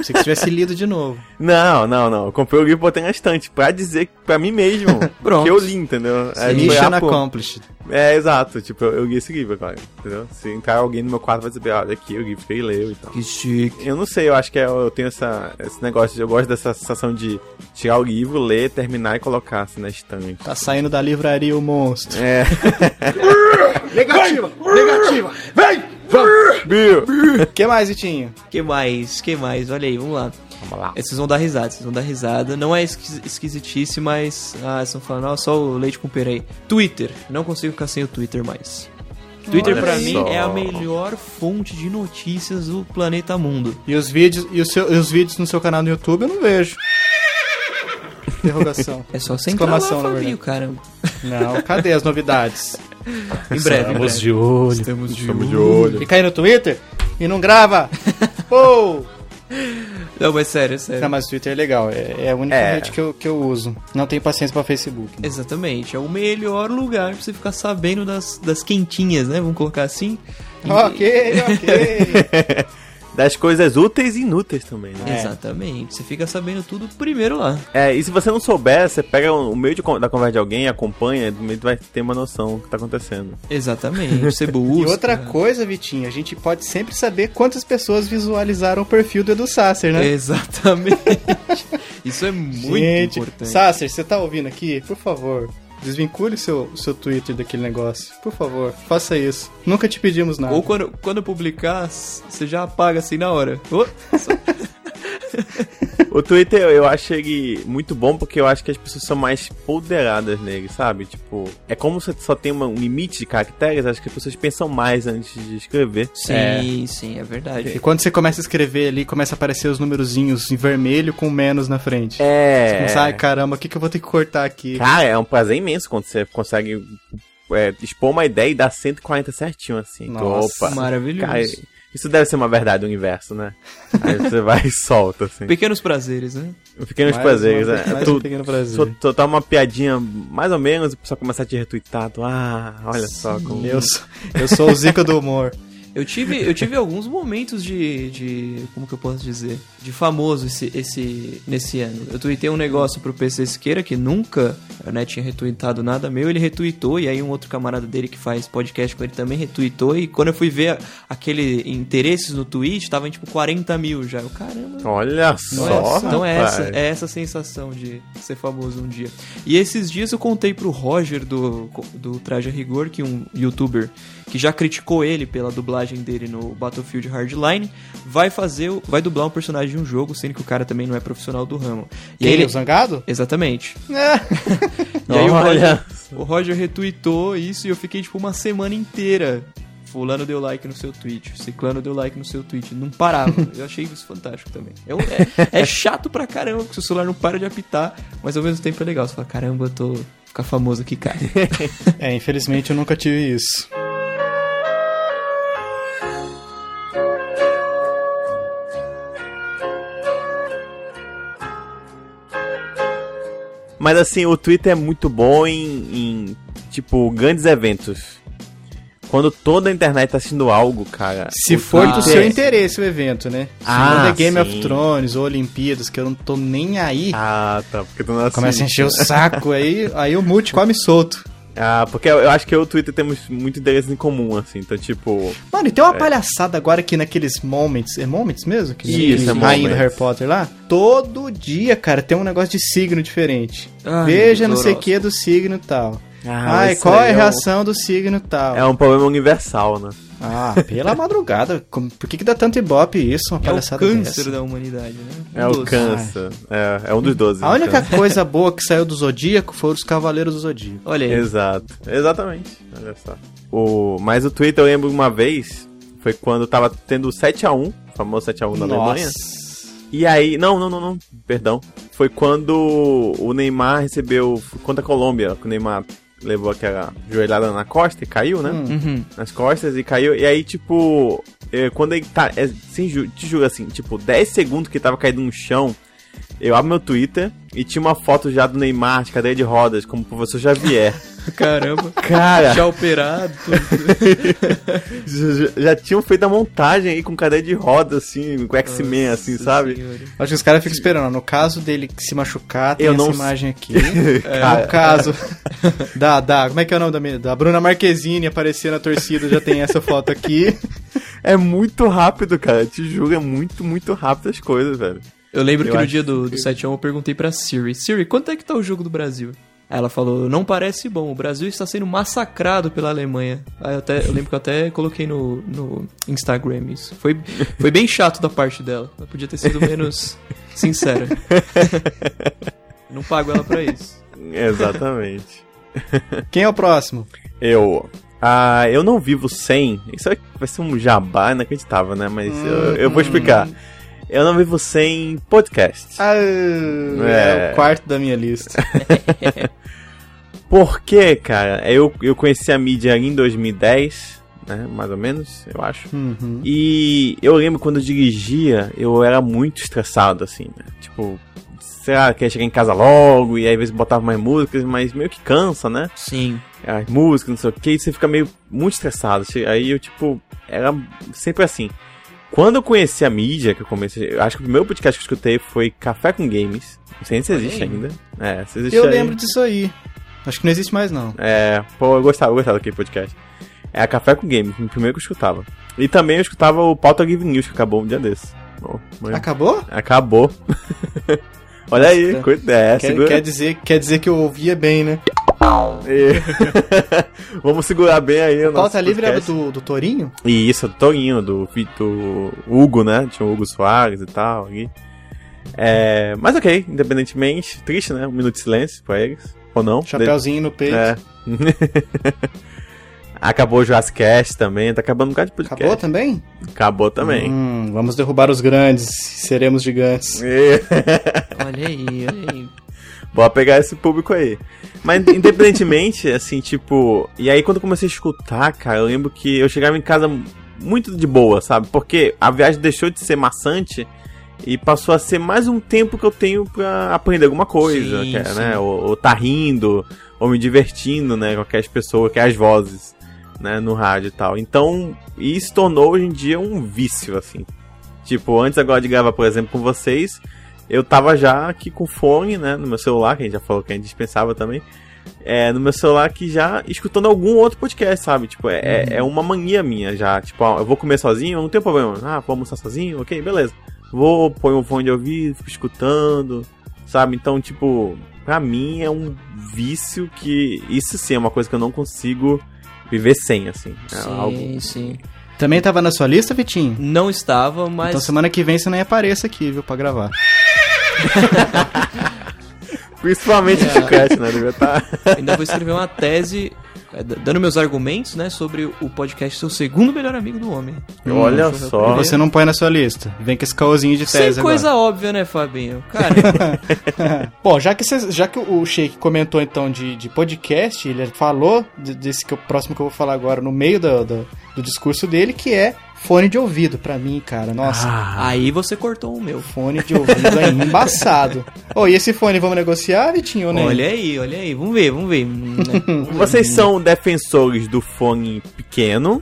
Se que tivesse lido de novo. Não, não, não. Eu comprei o livro e botei na estante pra dizer pra mim [laughs] mesmo Pronto. que eu li, entendeu? Aí foi, Mission ah, pô, accomplished. é, exato. Tipo, eu, eu li esse livro, cara. Entendeu? Se entrar alguém no meu quarto, vai dizer, olha aqui, o livro que ele leu e tal. Que chique. Eu não sei, eu acho que é- eu tenho essa, esse negócio, de- eu gosto dessa sensação de tirar o livro, ler, terminar e colocar assim [laughs] na estante. Tá saindo da livraria o monstro. É. Negativa! Negativa! Bill! O que mais, Vitinho? Que mais? Que mais? Olha aí, vamos lá. Vamos lá. É, Vocês vão dar risada, vocês vão dar risada. Não é esqui- esquisitice, mas. Ah, vocês vão falar, não, só o leite com pera aí. Twitter. Não consigo ficar sem o Twitter mais. Twitter Olha pra só. mim é a melhor fonte de notícias do planeta mundo. E os vídeos, e, o seu- e os vídeos no seu canal no YouTube eu não vejo. Interrogação. É só você entrar lá, Exclamação, na Fabinho, caramba. Não, cadê as novidades? Em breve, em breve. de olho. Estamos de Estamos de olho. Fica aí no Twitter e não grava. Pô! Não, mas sério, Não, sério. mas o Twitter é legal. É, é a única É. rede que eu, que eu uso. Não tenho paciência pra [laughs] Facebook. né? Exatamente, é o melhor lugar pra você ficar sabendo [laughs] das, das quentinhas, né? Vamos colocar assim. E- ok, ok. das coisas úteis e inúteis também, né? É. Exatamente. Você fica sabendo tudo primeiro lá. É, e se você não souber, você pega o meio de con- da conversa de alguém, acompanha, do meio tu vai ter uma noção do que tá acontecendo. [laughs] Exatamente. Você busca. E outra coisa, Vitinho, a gente pode sempre saber quantas pessoas visualizaram o perfil do Edu Sasser, né? [laughs] Exatamente. Isso é muito Gente, importante. Sasser, você tá ouvindo aqui? Por favor, desvincule seu, seu Twitter daquele negócio. Por favor, faça isso. Nunca te pedimos nada. Ou quando, quando publicar, s- você já apaga assim na hora. Ô, O Twitter eu acho ele muito bom porque eu acho que as pessoas são mais ponderadas nele, sabe? Tipo, é como você só tem uma- um limite de caracteres, acho que as pessoas pensam mais antes de escrever. Sim, É. sim, é verdade. E quando você começa a escrever ali, começa a aparecer os numerozinhos em vermelho com menos na frente. Você É. pensa, ai caramba, o que, que eu vou ter que cortar aqui? Cara, é um prazer imenso quando você consegue é, expor uma ideia e dar 140 certinho, assim. Nossa, Opa. Maravilhoso. Cara, isso deve ser uma verdade do universo, né? Aí você vai e solta, assim. Pequenos prazeres, né? Pequenos Mais prazeres, uma- né? mais um Tu- pequeno prazer. sol- Soltar uma piadinha mais ou menos e o pessoal começar a te retweetar. Tu, ah, olha só como. Eu sou, eu sou o Zica do humor. Eu tive, eu tive alguns momentos de, de. Como que eu posso dizer? De famoso esse, esse, nesse ano. Eu tuitei um negócio pro PC Siqueira, que nunca né, tinha retweetado nada meu, ele retweetou, e aí um outro camarada dele que faz podcast com ele também retweetou, e quando eu fui ver a- aquele interesses no tweet, tava em tipo 40 mil já. Eu, caramba. Olha Então, só, é, então é rapaz. essa, é essa sensação de ser famoso um dia. E esses dias eu contei pro Roger do, do Traje a Rigor, que um youtuber que já criticou ele pela dublagem dele no Battlefield Hardline, vai fazer, o- vai dublar um personagem de um jogo, sendo que o cara também não é profissional do ramo. E aí Quem, ele, o Zangado? exatamente. É. E aí o Olha. Roger, o Roger retweetou isso e eu fiquei tipo uma semana inteira. Fulano deu like no seu tweet, ciclano deu like no seu tweet. Não [laughs] parava. Eu achei isso fantástico também. É, um- é- é chato pra caramba, porque o celular não para de apitar, mas ao mesmo tempo é legal. Você fala, caramba, eu tô ficar famoso aqui, [laughs] cara. É, infelizmente eu nunca tive isso. Mas assim, o Twitter é muito bom em, em, tipo, grandes eventos. Quando toda a internet tá assistindo algo, cara. Se o for do Twitter- seu interesse o evento, né? Se Ah, manda Game of sim. Thrones ou Olimpíadas, que eu não tô nem aí, Ah, tá, porque tu não assiste. começa a encher o saco, aí, aí o multi come solto. Ah, porque eu, eu acho que eu e o Twitter temos muito interesse em comum, assim. Então, tipo, Mano, e tem uma palhaçada agora aqui naqueles moments. É moments mesmo? Que Isso, que é rainha do Moments. Harry Potter lá? Todo dia, cara, tem um negócio de signo diferente. Ai, Veja meu não Deus, sei o que do signo tal. Ah, Ai, isso qual aí é é a um- reação do signo tal? é um problema universal, né? Ah, pela madrugada. como- Por que, que dá tanto ibope isso? Uma É o palhaçada câncer dessa? da humanidade, né? É Um o doce. câncer. É, é um dos 12. A única então. coisa boa que saiu do Zodíaco foram os Cavaleiros do Zodíaco. Olha aí. Exato. Exatamente. Olha só. O... Mas o Twitter eu lembro uma vez, foi quando tava tendo o 7x1, o famoso 7x1 na Alemanha. E aí, não, não, não, não, perdão. Foi quando o Neymar recebeu contra a Colômbia, que o Neymar levou aquela joelhada na costa e caiu, né? Uhum. Nas costas e caiu. E aí, tipo, é, quando ele tá, é, sem ju- te juro assim, tipo, 10 segundos que ele tava caído no chão, eu abro meu Twitter e tinha uma foto já do Neymar de cadeira de rodas, como o professor Xavier. Caramba. [laughs] Cara, Já operado. já, já- já tinham feito a montagem aí com cadeira de rodas, assim, com X-Men, assim, Nossa sabe? senhora. Acho que os caras ficam esperando. No caso dele se machucar, tem Eu essa não- imagem [laughs] aqui. É, no caso [laughs] da, da. Como é que é o nome da menina? Da Bruna Marquezine aparecer na torcida, já tem essa foto aqui. É muito rápido, cara. Eu te juro, é muito, muito rápido as coisas, velho. Eu lembro Eu que no acho dia do, do 7 a 1 eu perguntei pra Siri, Siri, quanto é que tá o jogo do Brasil? Aí Ela falou, não parece bom, o Brasil está sendo massacrado pela Alemanha. Aí eu, até, eu lembro que eu até coloquei no, no Instagram isso. Foi, foi bem chato da parte dela. Ela podia ter sido [laughs] menos sincera. não pago ela pra isso. Exatamente. Quem é o próximo? eu. Ah, eu não vivo sem. Isso aí vai ser um jabá inacreditável, né? Mas eu, eu vou explicar. Eu não vivo sem podcast. Ah, é. É. o quarto da minha lista. Porque, cara, eu, eu conheci a mídia em 2010, né? Mais ou menos, eu acho. Uhum. E eu lembro quando eu dirigia, eu era muito estressado, assim, né? Tipo, sei lá, queria chegar em casa logo, e aí às vezes botava mais músicas, mas meio que cansa, né? Sim. as músicas, não sei o que, e você fica meio muito estressado. Che- Aí eu, tipo, era sempre assim. Quando eu conheci a mídia, que eu comecei. eu Acho que o primeiro podcast que eu escutei foi Café com Games. Não sei nem se existe ainda. É, se existe Eu aí- lembro disso aí. Acho que não existe mais, não. É, pô, eu gostava, eu gostava daquele podcast. É a Café com Games, o primeiro que eu escutava. E também eu escutava o Pauta Give News, que acabou um dia desse. Bom, mas- Acabou? Acabou. [laughs] Olha aí, Nossa. cuida. É, Quer, segura. quer dizer, quer dizer que eu ouvia bem, né? E- [laughs] Vamos segurar bem aí o nosso Pauta livre era podcast. do, do Torinho? E isso, do Torinho, do, Vi- do Hugo, né? Tinha o Hugo Soares e tal. E... É, mas ok, independentemente. Triste, né? Um minuto de silêncio pra eles. Ou não. Chapeuzinho no peito. É. [laughs] Acabou o Jazzcast também, tá acabando um bocado de podcast. Acabou também? Acabou também. Hum, vamos derrubar os grandes, seremos gigantes. Olha aí, olha aí. Bora pegar esse público aí. Mas [laughs] independentemente, assim, tipo. E aí quando eu comecei a escutar, cara, eu lembro que eu chegava em casa muito de boa, sabe? Porque a viagem deixou de ser maçante e passou a ser mais um tempo que eu tenho pra aprender alguma coisa, Sim, cara, sim. né? Ou, ou tá rindo, ou me divertindo, né? Com aquelas pessoas, com as vozes, né? No rádio e tal. Então, isso tornou hoje em dia um vício, assim. Tipo, antes agora de gravar, por exemplo, com vocês, eu tava já aqui com fone, né, no meu celular, que a gente já falou que é indispensável também. É, no meu celular aqui já escutando algum outro podcast, sabe? Tipo, é, é- é uma mania minha já. Tipo, ó, eu vou comer sozinho, não tem problema. Ah, vou almoçar sozinho? Ok, beleza. Vou, ponho um fone de ouvido, fico escutando, sabe? Então, tipo, pra mim é um vício que. Isso sim é uma coisa que eu não consigo viver sem, assim. É algo. Sim, sim. Também tava na sua lista, Vitinho? Não estava, mas. Então semana que vem você nem apareça aqui, viu, pra gravar. Principalmente o chiclete, né? Devia tá... Ainda vou escrever uma tese eh, d- dando meus argumentos, né, sobre o podcast ser o segundo melhor amigo do homem. Hum, Olha foi só. E você não põe na sua lista. Vem com esse caôzinho de Sem tese coisa óbvia, né, Fabinho? Cara, [laughs] agora. Bom, já que, cês- já que o Sheik comentou então de, de podcast, ele falou de- desse que o próximo que eu vou falar agora no meio do, do, do discurso dele, que é fone de ouvido pra mim, cara. Nossa, [laughs] Ah, aí você cortou o meu. fone de ouvido [laughs] é embaçado. Ô, e esse fone vamos negociar, Vitinho, né? Olha aí, olha aí. Vamos ver, vamos ver. [laughs] Hum, né? Vocês são defensores do fone pequeno,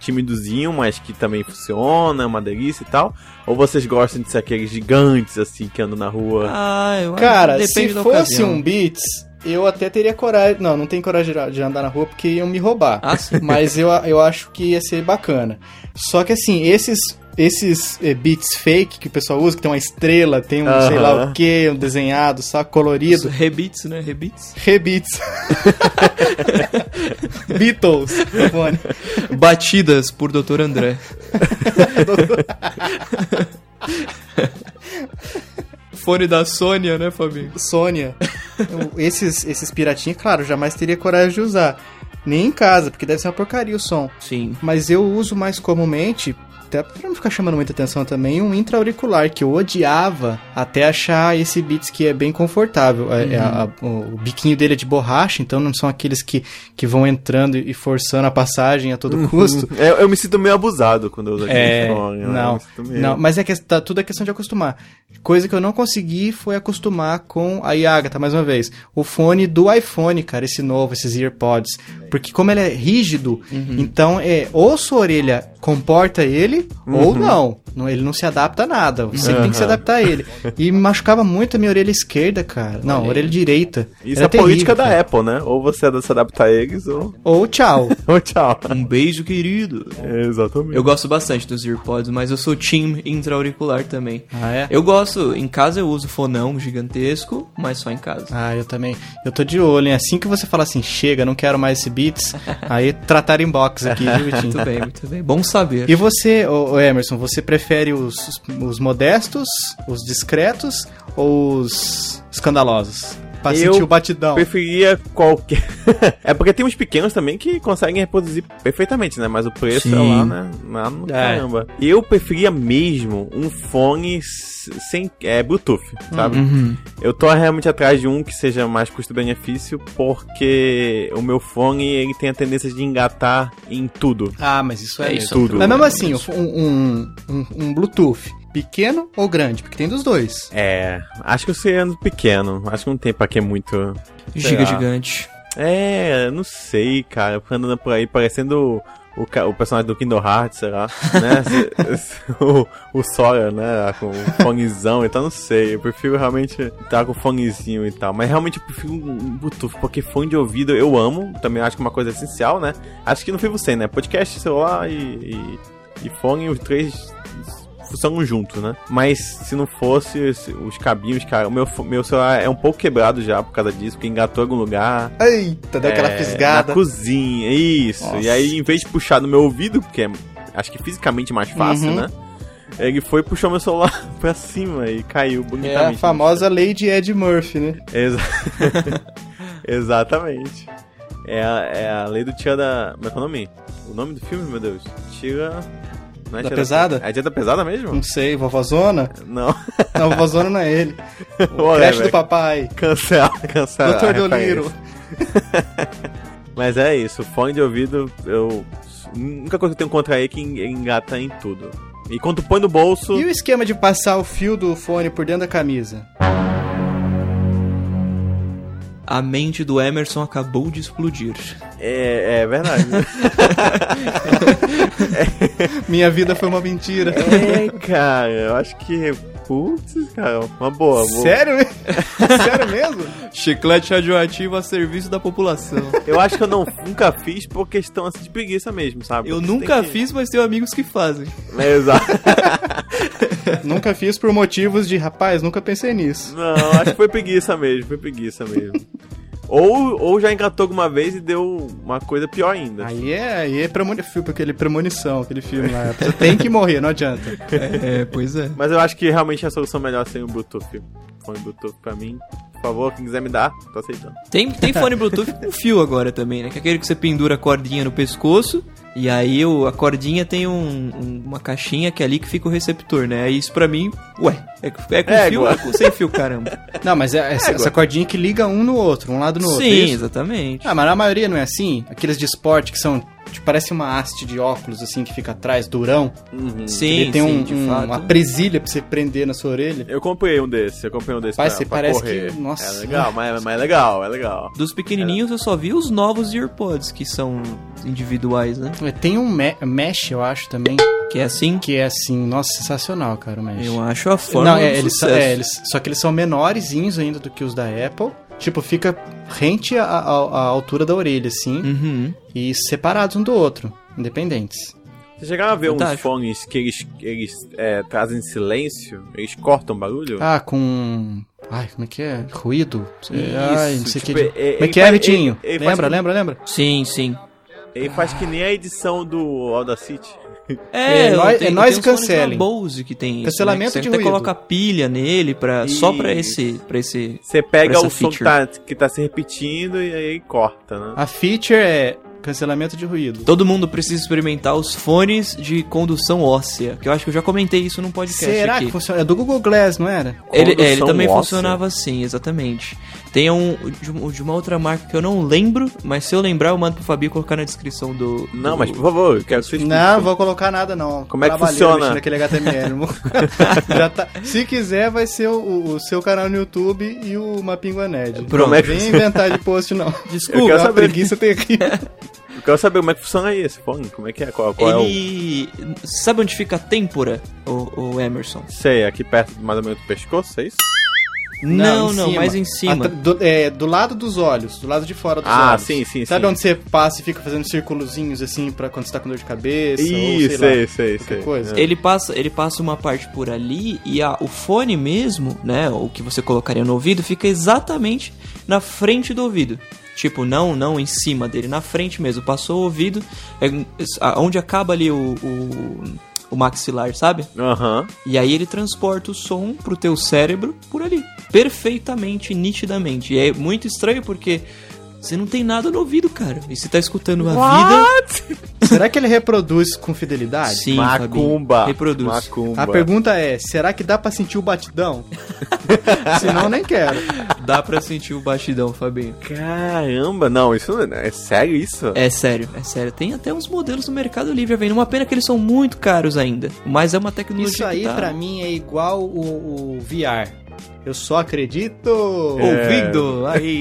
timidozinho, mas que também funciona, é uma delícia e tal? Ou vocês gostam de ser aqueles gigantes, assim, que andam na rua? Ah, eu acho que Cara, depende se da fosse ocasião. um Beats, eu até teria coragem. Não, não tenho coragem de- de andar na rua porque iam me roubar. Ah, sim. Mas eu, eu acho que ia ser bacana. Só que assim, esses. Esses eh, beats fake que o pessoal usa, que tem uma estrela, tem um sei lá Aham. o que, um desenhado, saco Isso, colorido. Rebits, né? Rebits. [laughs] Rebits. [laughs] Beatles. no fone. Batidas por Dr. André. Fone da Sônia, né, Fabinho? Sônia. Eu- Esses, esses piratinhos, claro, eu jamais teria coragem de usar. Nem em casa, porque deve ser uma porcaria o som. Sim. mas eu uso mais comumente, até pra não ficar chamando muita atenção também, um intra-auricular, que eu odiava até achar esse Beats que é bem confortável. É- é a- a- o, o biquinho dele é de borracha, então não são aqueles que, que vão entrando e forçando a passagem a todo custo. É, Eu, eu me sinto meio abusado quando eu uso aquele [laughs] É, fone. né? não, Eu me sinto meio- Não, mas é que, tá, tudo é questão de acostumar. Coisa que eu não consegui foi acostumar com a Yagata, mais uma vez. O fone do iPhone, cara, esse novo, esses EarPods. Porque como ele é rígido, Uhum. então é ou sua orelha comporta ele, ou não. Não, Ele não se adapta a nada. Você que tem que se Uhum. adaptar a ele. E me machucava muito a minha orelha esquerda, cara. Não, a aí. orelha direita. Isso Era é a terrível, política cara. da Apple, né? Ou você se adapta a eles, ou, Ou tchau. ou tchau. Um beijo, querido. Exatamente. Eu gosto bastante dos earpods, mas eu sou team intra-auricular também. ah, é? Eu gosto, em casa eu uso fonão gigantesco, mas só em casa. Ah, eu também. Eu tô de olho, hein? Assim que você fala assim, chega, não quero mais esse [laughs] Beats, aí tratar inbox aqui, viu, Muito [laughs] Vitinho? bem, muito bem. Bom saber. E você, ô, ô Emerson, você prefere os, os- os modestos, os discretos ou os escandalosos? Pra Eu sentir o batidão. Preferia qualquer. [laughs] é porque tem uns pequenos também que conseguem reproduzir perfeitamente, né? Mas o preço é Sim. É. lá, né? Lá no caramba. Eu preferia mesmo um fone s- sem. É, Bluetooth, sabe? Uhum. Eu tô realmente atrás de um que seja mais custo-benefício, porque o meu fone ele tem a tendência de engatar em tudo. Ah, mas isso é, É isso. isso. Tudo. Mas mesmo assim, um, um- um- um Bluetooth, pequeno ou grande? Porque tem dos dois. É, acho que eu seria no pequeno. Acho que não tem pra que muito. Giga Será? gigante. É, não sei, cara. Andando por aí parecendo o, o, ca- o personagem do Kingdom Hearts, será? né? Se- se- o, o Sora, né? Com o fonezão e tal, não sei. Eu prefiro realmente estar com o fonezinho e tal. Mas realmente eu prefiro um Bluetooth, porque fone de ouvido eu amo. Também acho que é uma coisa essencial, né? Acho que não vivo sem, né? Podcast, celular e, e, e fone, os três funcionam juntos, né? Mas se não fosse esse- os cabinhos, cara, o meu, fo- meu celular é um pouco quebrado já por causa disso, porque engatou em algum lugar. Eita, deu aquela É, fisgada. Na cozinha, isso. Nossa. E aí, em vez de puxar no meu ouvido, porque é, acho que fisicamente mais fácil, Uhum. né? Ele foi e puxou meu celular [laughs] pra cima e caiu É a bonitamente. famosa lei de Ed Murphy, né? Exa- [laughs] Exatamente. É a, é a lei do tira da. Como é que é o nome? O nome do filme, meu Deus? Tira. Não é Da pesada? Hum. É tira da pesada mesmo? Não sei, vovozona? Não. Não, vovozona não é ele. O [laughs] Olha, creche do velho. papai. Cancela, cancela. Tá, a Doutor referência. Doliro. Mas é isso, fone de ouvido, eu. A única coisa que eu tenho contra ele é que en- engata em tudo. E quando põe no bolso. E o esquema de passar o fio do fone por dentro da camisa? A mente do Emerson acabou de explodir. É, é verdade. Minha vida foi uma [laughs] mentira. [laughs] Tá é, cara, eu acho que. Putz, cara, uma boa, boa. Sério? [laughs] Sério mesmo? Chiclete radioativo a serviço da população. Eu acho que eu não, nunca fiz por questão assim, de preguiça mesmo, sabe? Eu Você tem nunca que- fiz, mas tenho amigos que [laughs] fazem. É, exato. [laughs] Nunca fiz por motivos de, rapaz, nunca pensei nisso. Não, acho que foi preguiça mesmo, foi preguiça mesmo. ou, ou já engatou alguma vez e deu uma coisa pior ainda. Aí é, aí é premoni- filme, aquele premonição, aquele filme lá. Você tem que morrer, não adianta. É, pois é. Mas eu acho que realmente é a solução melhor sem o Bluetooth. Fone Bluetooth pra mim. Por favor, quem quiser me dar, tô aceitando. Tem, tem fone Bluetooth com fio agora também, né? Que é aquele que você pendura a cordinha no pescoço. E aí o, a cordinha tem um- um- uma caixinha que é ali que fica o receptor, né? Aí isso pra mim, ué, é, com- é com É, fio igual. ou é com, sem [laughs] fio, caramba? Não, mas é, essa, Égua. essa cordinha que liga um no outro, um lado no outro. é Sim, isso? exatamente. Ah, mas na maioria não é assim? Aqueles de esporte que são. Tipo, parece uma haste de óculos assim que fica atrás, durão. sim, Ele tem sim, um, de um- fato. uma presilha pra você prender na sua orelha. Eu comprei um desse, eu comprei um desse Pai, pra, você pra parece correr. que- nossa. É legal, mas, mas é legal, é legal. Dos pequenininhos eu só vi os novos earpods que são individuais, né? É, Tem um me- mesh, eu acho, também, Que é assim. que é assim, nossa, sensacional, cara, o mesh. Eu acho a forma Não, do é, eles, são- sucesso. é, eles- só que eles são menorzinhos ainda do que os da Apple. Tipo, fica rente à, à- à altura da orelha, assim, Uhum. e separados um do outro, independentes. Você chegaram a ver uns Fantástico. fones que eles, eles é, trazem silêncio? Eles cortam barulho? Ah, com. Ai, como é que é? Ruído? Ai, não sei o tipo, que. é- é- Como é ele que é, faz- Vitinho? ele- ele faz Lembra, com- lembra, lembra? Sim, sim. Ele faz que nem a edição do Audacity. É, eu nó- é tenho- nós tem uns e fones da cancelem. Bose que tem isso, Cancelamento né? Que de Você até ruído. coloca pilha nele para só para Isso. esse, para esse Você pega Essa o som que tá, que tá se repetindo e aí corta, né? A feature é cancelamento de ruído. Todo mundo precisa experimentar os fones de condução óssea, que eu acho que eu já comentei isso num podcast Será aqui. que funciona? É do Google Glass, não era? Ele, é, ele Condução também óssea. funcionava assim, exatamente. Tem um de, um- de uma outra marca que eu não lembro, mas se eu lembrar eu mando pro Fabio colocar na descrição do Não, do- mas por favor, eu quero que vocês Não, vou colocar nada não. Como é que Trabalheiro mexendo funciona? Naquele HTML. irmão. [laughs] Já tá- Se quiser, vai ser o- o, o seu canal no YouTube e o Mapingua Nerd. Pronto. Não vem inventar de post, não. Eu Desculpa, quero é uma saber. preguiça terrível. Eu quero saber como é que funciona esse fone, como é que é, qual, qual é o... Ele sabe onde fica a têmpora, o, o Emerson? Sei, aqui perto mais ou menos do pescoço, é isso? Não, não, em cima. mais em cima. Atra- Do, é, do lado dos olhos, do lado de fora dos Ah, olhos. sim, sim, Sabe sim. onde você passa e fica fazendo circulozinhos assim pra quando você tá com dor de cabeça? ou Isso, sei lá. isso, isso. qualquer coisa. Ele passa, ele passa uma parte por ali e a- o fone mesmo, né, o que você colocaria no ouvido, fica exatamente na frente do ouvido. Tipo, não, não em cima dele, na frente mesmo. Passou o ouvido, é, a- onde acaba ali o, o, o maxilar, sabe? Aham. E aí ele transporta o som pro teu cérebro por ali, perfeitamente, nitidamente. E é muito estranho porque você não tem nada no ouvido, cara. E você tá escutando a vida. Será que ele reproduz com fidelidade? Sim, Fabinho. Macumba. Reproduz. Macumba. A pergunta é, será que dá pra sentir o batidão? Senão nem quero. Dá pra sentir o batidão, Fabinho. Caramba, não, isso não- é sério isso? É sério, é sério. Tem até uns modelos no Mercado Livre vendo. Uma pena que eles são muito caros ainda. Mas é uma tecnologia. Isso aí que tá... pra mim é igual o, o VR. Eu só acredito. É. [laughs] É, Ouvido! Aí.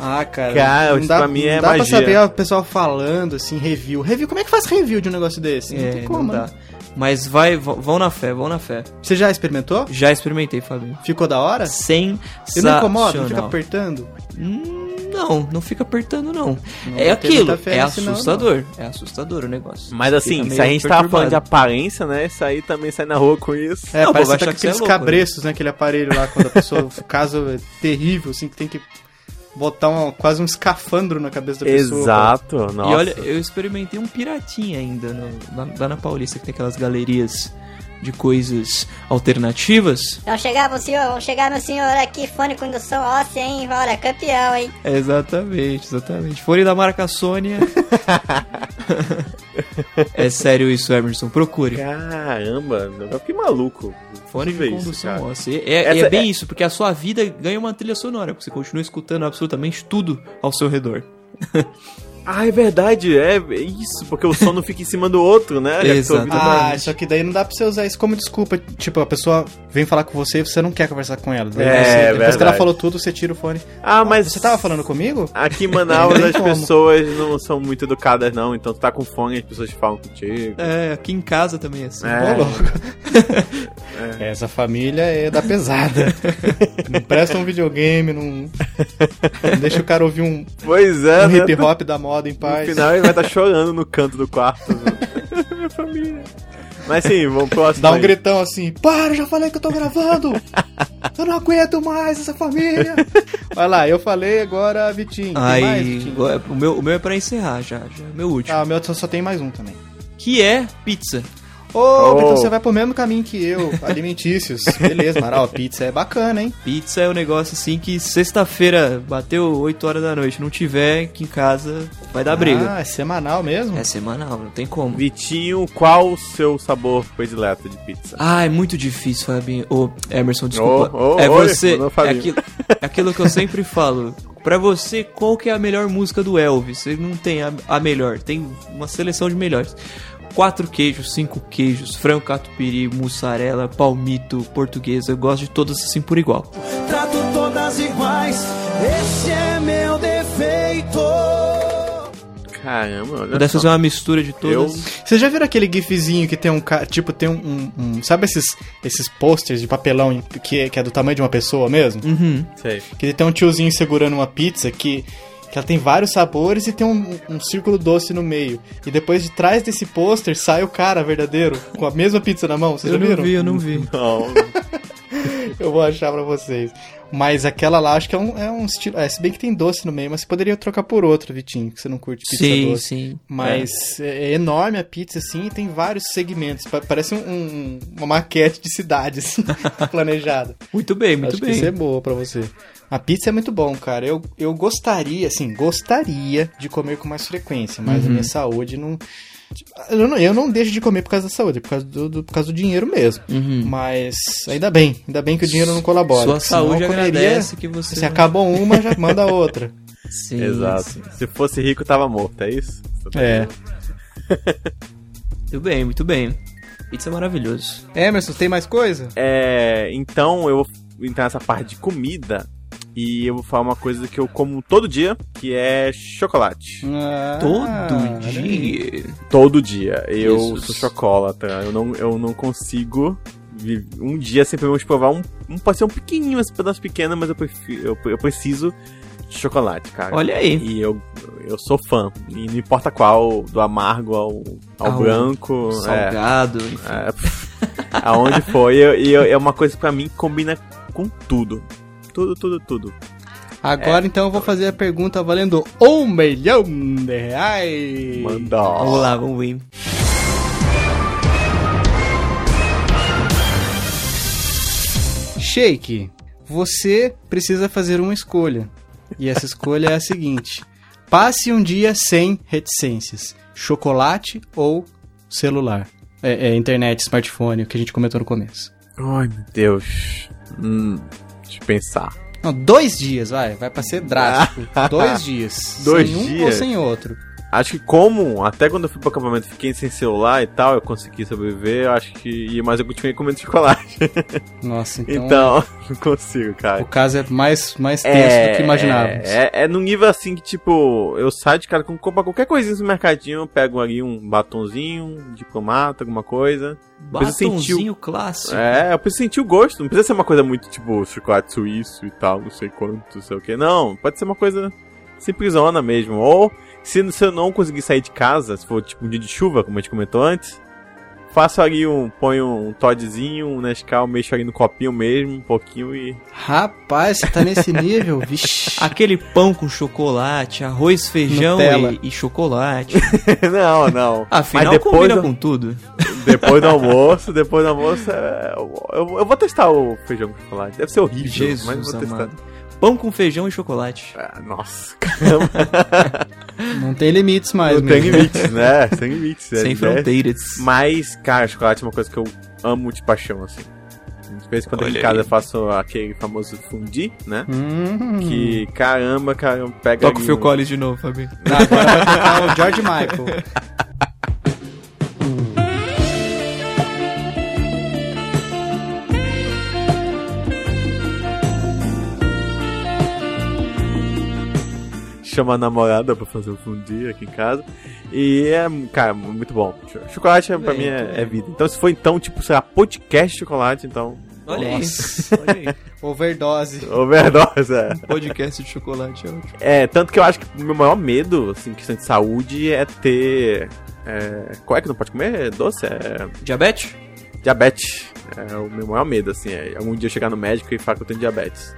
Ah, cara. Cara, não isso dá, pra mim é não dá pra magia. saber o pessoal falando, assim, review. Review, como é que faz review de um negócio desse? É, não tem como, dá. né? Mas vai, v- vão na fé, vão na fé. Você já experimentou? Já experimentei, Fabinho. Ficou da hora? Sem Você É. não incomoda? Não fica apertando? Hum, Não, não fica apertando, não. é vai ter aquilo, muita fé é nesse não, assustador. É assustador o negócio. Mas assim, Fica se a meio gente tava perturbado. falando de aparência, né? Isso aí também sai na rua com isso. É, Não, parece vou que tá com achar que você é aqueles louco, né? cabreços, né? Aquele aparelho lá, quando a pessoa... [laughs] o caso é terrível, assim, que tem que botar uma- quase um escafandro na cabeça da pessoa. Exato, nossa. E olha, eu experimentei um piratinha ainda no- lá, lá na Paulista, que tem aquelas galerias de coisas alternativas. Não chegavam, senhor, vão chegar no senhor aqui, fone com indução óssea, hein? Olha, campeão, hein? Exatamente, exatamente. Fone da marca Sônia. é sério isso, Emerson. Procure. Caramba, eu fiquei maluco. Fone de Vê isso, condução cara. óssea. É, é- Essa- é bem isso, porque a sua vida ganha uma trilha sonora, porque você continua escutando absolutamente tudo ao seu redor. Ah, é verdade, é é isso, porque o som não fica em cima do outro, né? Já que sua vida tá- Ah, Exatamente. só que daí não dá pra você usar isso como desculpa. Tipo, a pessoa vem falar com você e você não quer conversar com ela. Daí É, você- depois que ela verdade. falou tudo, você tira o fone. Ah, mas Você tava falando comigo? Aqui em Manaus Não as tem como. pessoas não são muito educadas, não. Então tu tá com fome, as pessoas falam contigo. É, aqui em casa também é assim. Ô, louco. Essa família é da pesada. não presta um videogame, não... não deixa o cara ouvir um, Pois é, um né? hip hop da moda em No paz. final ele vai estar chorando no canto do quarto. [laughs] Minha família. Mas sim, vamos pro próximo. Dá um aí. gritão assim, para, eu já falei que eu tô gravando! Eu não aguento mais essa família! Vai lá, eu falei agora, Vitinho. Tem mais, Aí, Vitinho? agora- o meu, o meu é pra encerrar já, já. é o Meu último. Ah, o meu só- só tem mais um também. Que é pizza. Ô, Oh. então você vai pro mesmo caminho que eu, [laughs] alimentícios. Beleza, Maral, a pizza é bacana, hein? Pizza é um negócio assim que sexta-feira bateu 8 horas da noite, não tiver aqui em casa, vai dar briga. Ah, é semanal mesmo? É semanal, não tem como. Vitinho, qual o seu sabor predileto de pizza? Ah, é muito difícil, Fabinho. Ô, Emerson, desculpa. Ô, ô, é oi, você. mandou é Fabinho. aquilo, é aquilo que eu [laughs] sempre falo. Pra você, qual que é a melhor música do Elvis? Você não tem a, a melhor, tem uma seleção de melhores. Quatro queijos, cinco queijos, frango catupiry, mussarela, palmito, portuguesa. Eu gosto de todas assim por igual. trato todas iguais. Esse é meu defeito. Caramba, olha Pudesse só. fazer uma mistura de todas. Vocês já viram aquele gifzinho que tem um cara. Tipo, tem um, um- um- Sabe esses, esses posters de papelão em- que, é- que é do tamanho de uma pessoa mesmo? Uhum. Sei. Que tem um tiozinho segurando uma pizza que. Que ela tem vários sabores e tem um, um círculo doce no meio. E depois de trás desse pôster sai o cara verdadeiro, com a mesma pizza na mão. Vocês Eu já viram? não Hum, vi, eu não vi. Não, Eu vou achar pra vocês. Mas aquela lá, acho que é um, é um estilo. É, se bem que tem doce no meio, mas você poderia trocar por outra, Vitinho, que você não curte pizza sim, doce. sim. Mas é. é enorme a pizza, assim, e tem vários segmentos. Pa- Parece um- um- uma maquete de cidade, assim, [laughs] planejada. É. Muito bem, muito acho que bem. isso é boa pra você. A pizza é muito bom, cara. Eu, eu gostaria, assim, gostaria de comer com mais frequência, mas Uhum. a minha saúde não. Eu não, eu não deixo de comer por causa da saúde, é por causa do, do- por causa do dinheiro mesmo. Uhum. Mas ainda bem, ainda bem que o dinheiro não colabora. Sua porque senão saúde eu comeria- agradece né? que você. Se acabou assim, uma, já manda [laughs] outra. Sim, sim. Exato. Se fosse rico, tava morto, é isso? É. Muito bem, muito bem. Pizza é maravilhoso. Emerson, tem mais coisa? É, então eu vou entrar nessa parte de comida e eu vou falar uma coisa que eu como todo dia, que é chocolate. Ah, Ah, Todo dia. Todo dia. Eu Jesus. sou chocolata. Eu não, eu não consigo. vi- Um dia sempre vamos provar um, um. Pode ser um pequenininho, esse pedaço pequeno, mas eu, prefiro, eu, eu preciso de chocolate, cara. Olha aí. E eu, eu sou fã. E não importa qual, do amargo ao, ao, Ao branco. é. Salgado, enfim. É, aonde foi. E eu- E eu- é uma coisa pra mim que combina com tudo. Tudo, tudo, tudo. Agora É. então eu vou fazer a pergunta valendo um milhão de reais. Manda. Vamos lá, vamos ver. Shake, você precisa fazer uma escolha. E essa escolha é a seguinte: passe um dia sem reticências. Chocolate ou celular? É, é, internet, smartphone, o que a gente comentou no começo. Ai, meu Deus. Hum, deixa eu pensar. [laughs] Não, dois dias, vai. Vai pra ser drástico. dois dias. Dois sem um ou dias? sem outro. Acho que como, até quando eu fui pro acampamento fiquei sem celular e tal, eu consegui sobreviver, eu acho que. e- Mas eu continuei comendo [laughs] chocolate. Nossa, então, Então, [laughs] não consigo, o cara. caso é mais, mais tenso do que imaginávamos. É, é, é num nível assim que, tipo, eu saio de cara com compro qualquer coisinha no mercadinho, eu pego ali um batonzinho, um diplomata, alguma coisa. Mas eu senti o- Batonzinho clássico. É, eu preciso sentir o gosto. Não precisa ser uma coisa muito tipo chocolate suíço e tal, não sei quanto, não sei o que. Não, pode ser uma coisa simplesona mesmo. Ou se, se eu não conseguir sair de casa, se for tipo um dia de chuva, como a gente comentou antes, faço ali um. ponho um todzinho, um Nescau, mexo ali no copinho mesmo, um pouquinho e. [laughs] Rapaz, você tá nesse nível? Vixe. Aquele pão com chocolate, arroz, feijão Nutella. e, e [laughs] chocolate. não, não. [laughs] Afinal, Mas depois combina eu- com tudo. Depois [laughs] do almoço, depois do almoço, é, eu, eu- eu vou testar o feijão com chocolate. Deve ser horrível, Jesus mas eu vou testar. amado. Pão com feijão e chocolate. Ah, nossa, [laughs] caramba. Não tem limites mais, não tem amigo. limites, [laughs] né? Sem limites. é, sem né? fronteiras. Mas, cara, chocolate é uma coisa que eu amo de paixão, assim. De vez em quando aqui Olha em casa aí. eu faço aquele famoso fundi, né? Hum. Que caramba, caramba, pega. Toca o ali Phil um- Collins de novo, Fabi. Não, Ah, agora vai tocar o George Michael. Chama a namorada pra fazer o fundi aqui em casa. E é, cara, muito bom. Cho- Chocolate pra Bem, mim muito é, bem. é vida. Então, se for então, tipo, sei lá, podcast de chocolate, então. Olha Nossa. isso. Olha aí. Overdose. Overdose, é. [laughs] Podcast de chocolate é ótimo. É, tanto que eu acho que o meu maior medo, assim, questão de saúde, é ter. É, qual é que não pode comer? É Doce? É. Diabetes? Diabetes. É o meu maior medo, assim. É algum dia eu chegar no médico e falar que eu tenho diabetes.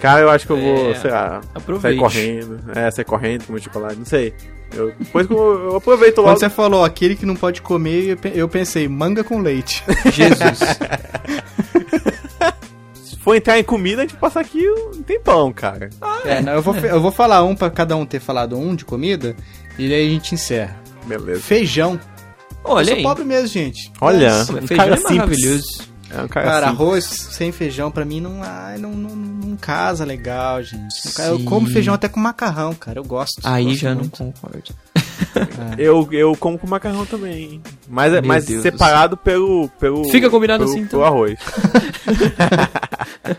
Cara, eu acho que eu vou, É, sei lá, sair Aproveite. correndo. É, sair correndo, comer chocolate, não sei. Eu, depois que eu, eu aproveito logo. Quando você falou aquele que não pode comer, eu pe- eu pensei, manga com [laughs] leite. Jesus. Se for entrar em comida, a gente passa aqui um tempão, cara. É, não, eu, vou, fe- eu vou falar um pra cada um ter falado um de comida, e daí a gente encerra. Beleza. Feijão. eu Olha sou aí. pobre mesmo, gente. Olha, Mas, Nossa, um mas feijão cara é simples. maravilhoso. É um cara, Cara, assim. arroz sem feijão pra mim não, ai, não, não, não casa legal, gente. Não ca- Eu Sim. como feijão até com macarrão, cara. Eu gosto. Aí gosto já muito. não concordo. Eu, eu como com macarrão também, hein? Mas, é- Meu mas Deus do separado pelo, pelo. Fica combinado pelo, assim, então. Pelo arroz.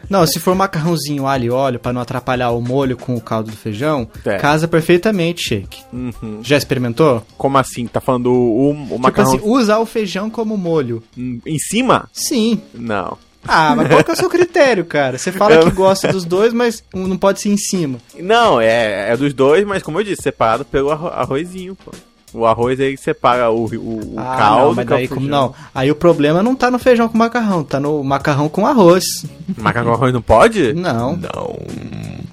Não, se for macarrãozinho alho e óleo, pra não atrapalhar o molho com o caldo do feijão, É. casa perfeitamente, shake. Uhum. Já experimentou? Como assim? Tá falando o, o macarrão Tipo assim, usar o feijão como molho. em cima? Sim. Não. Ah, mas qual que é o seu critério, cara? Você fala Eu- que gosta dos dois, mas um não pode ser em cima. Não, é, é dos dois, mas como eu disse, separado pelo arro- arrozinho, pô. O arroz aí separa o, o, o Ah, caldo. não, mas que é o daí como feijão. não? Aí o problema não tá no feijão com macarrão, tá no macarrão com arroz. Macarrão com arroz não pode? Não. Não.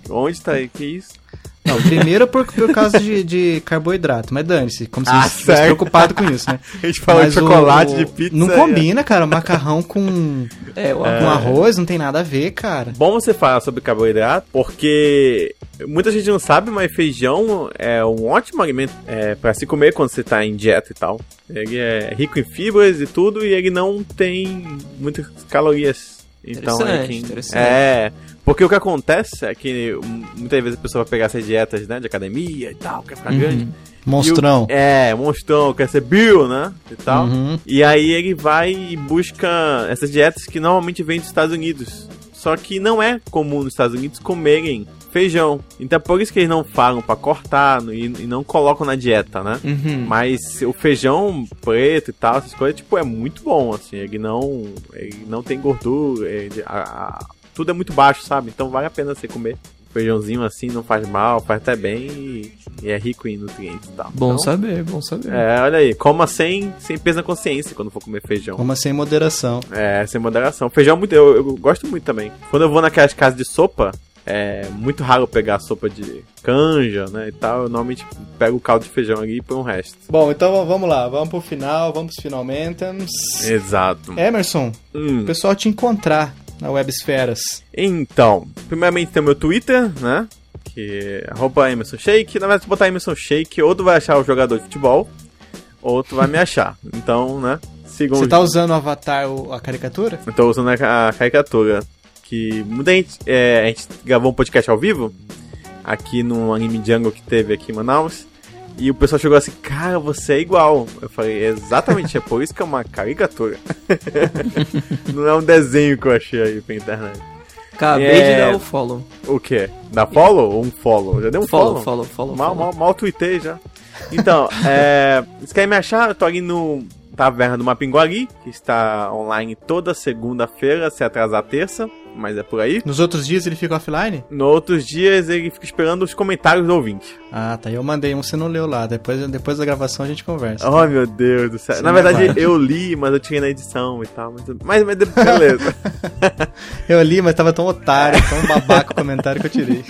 Onde tá aí? Que isso? Não, primeiro é por, por causa de, de carboidrato, mas dane-se, como se Ah, você estivesse certo. preocupado com isso, né? A gente [laughs] falou Mas de o- chocolate, de pizza. Não é. combina, cara, macarrão com, [laughs] É, o com arroz. arroz não tem nada a ver, cara. Bom você falar sobre carboidrato, porque muita gente não sabe, mas feijão é um ótimo alimento é, para se comer quando você tá em dieta e tal. Ele é rico em fibras e tudo, e ele não tem muitas calorias. Então é Interessante, quem... interessante. É, porque o que acontece é que hum, muitas vezes a pessoa vai pegar essas dietas, né, de academia e tal, quer Uhum. ficar grande. Monstrão. E o- é, monstrão, quer ser Bill, né, e tal. Uhum. E aí ele vai e busca essas dietas que normalmente vêm dos Estados Unidos. Só que não é comum nos Estados Unidos comerem feijão. Então é por isso que eles não falam pra cortar no- e, e não colocam na dieta, né? Uhum. Mas o feijão preto e tal, essas coisas, tipo, é muito bom, assim. Ele não, ele não tem gordura, ele- a- a- tudo é muito baixo, sabe? Então vale a pena você comer feijãozinho assim, não faz mal, faz até bem e, e é rico em nutrientes e tal. Bom então, saber, bom saber. É, olha aí, coma sem, sem peso na consciência quando for comer feijão. Coma sem moderação. É, sem moderação. Feijão muito, eu, eu gosto muito também. Quando eu vou naquelas casas de sopa, é muito raro eu pegar sopa de canja, né, e tal. Eu normalmente pego o caldo de feijão ali e põe o resto. Bom, então vamos lá, vamos pro final, vamos pros finalmente. Exato. Emerson, o Hum, pessoal te encontrar na Websferas. Então, primeiramente tem o meu Twitter, né, que é arroba Emerson Shake. Na verdade, se botar Emerson Shake, ou tu vai achar o jogador de futebol, ou tu vai me achar. Então, né, sigam Você os tá usando o avatar, o- a caricatura? Eu tô Então, usando a, ca- a caricatura. Que muita gente. é, a gente gravou um podcast ao vivo aqui no Anime Jungle que teve aqui em Manaus. E o pessoal chegou assim, cara, você é igual. Eu falei, exatamente, é por isso que é uma caricatura. [laughs] Não é um desenho que eu achei aí pra internet. Acabei É. de dar o follow. O quê? Da follow ou um follow? Já deu um Follow, follow? follow, follow. mal, follow. mal, mal tweetei já. Então, é, vocês querem me achar? Eu tô ali no Taverna do Mapinguari, que está online toda segunda-feira, se atrasar terça, mas é por aí. Nos outros dias ele fica offline? No outros dias ele fica esperando os comentários do ouvinte. Ah, tá. Eu mandei um, você não leu lá. Depois, depois da gravação a gente conversa. Oh meu Deus do céu. Sim, Na verdade, vai. eu li, mas eu tirei na edição e tal. Mas, mas, [laughs] mas beleza. Eu li, mas tava tão otário, tão babaca o comentário que eu tirei.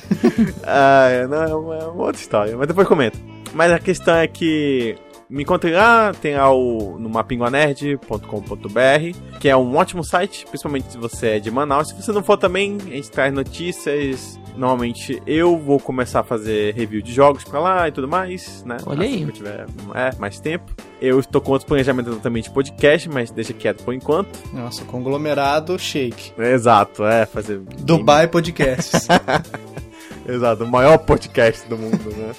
Ah, é, não, é uma, é uma outra história, mas depois comento. Mas a questão é que me encontre lá, tem lá o, no mapinguanerd.com.br, que é um ótimo site, principalmente se você é de Manaus. Se você não for também, a gente traz notícias. Normalmente eu vou começar a fazer review de jogos pra lá e tudo mais, né? Olha aí. Assim que eu tiver é, mais tempo. Eu estou com outros planejamentos também de podcast, mas deixa quieto por enquanto. Nossa, conglomerado shake. Exato, é, fazer. Dubai Podcasts. [laughs] Exato, o maior podcast do mundo, né?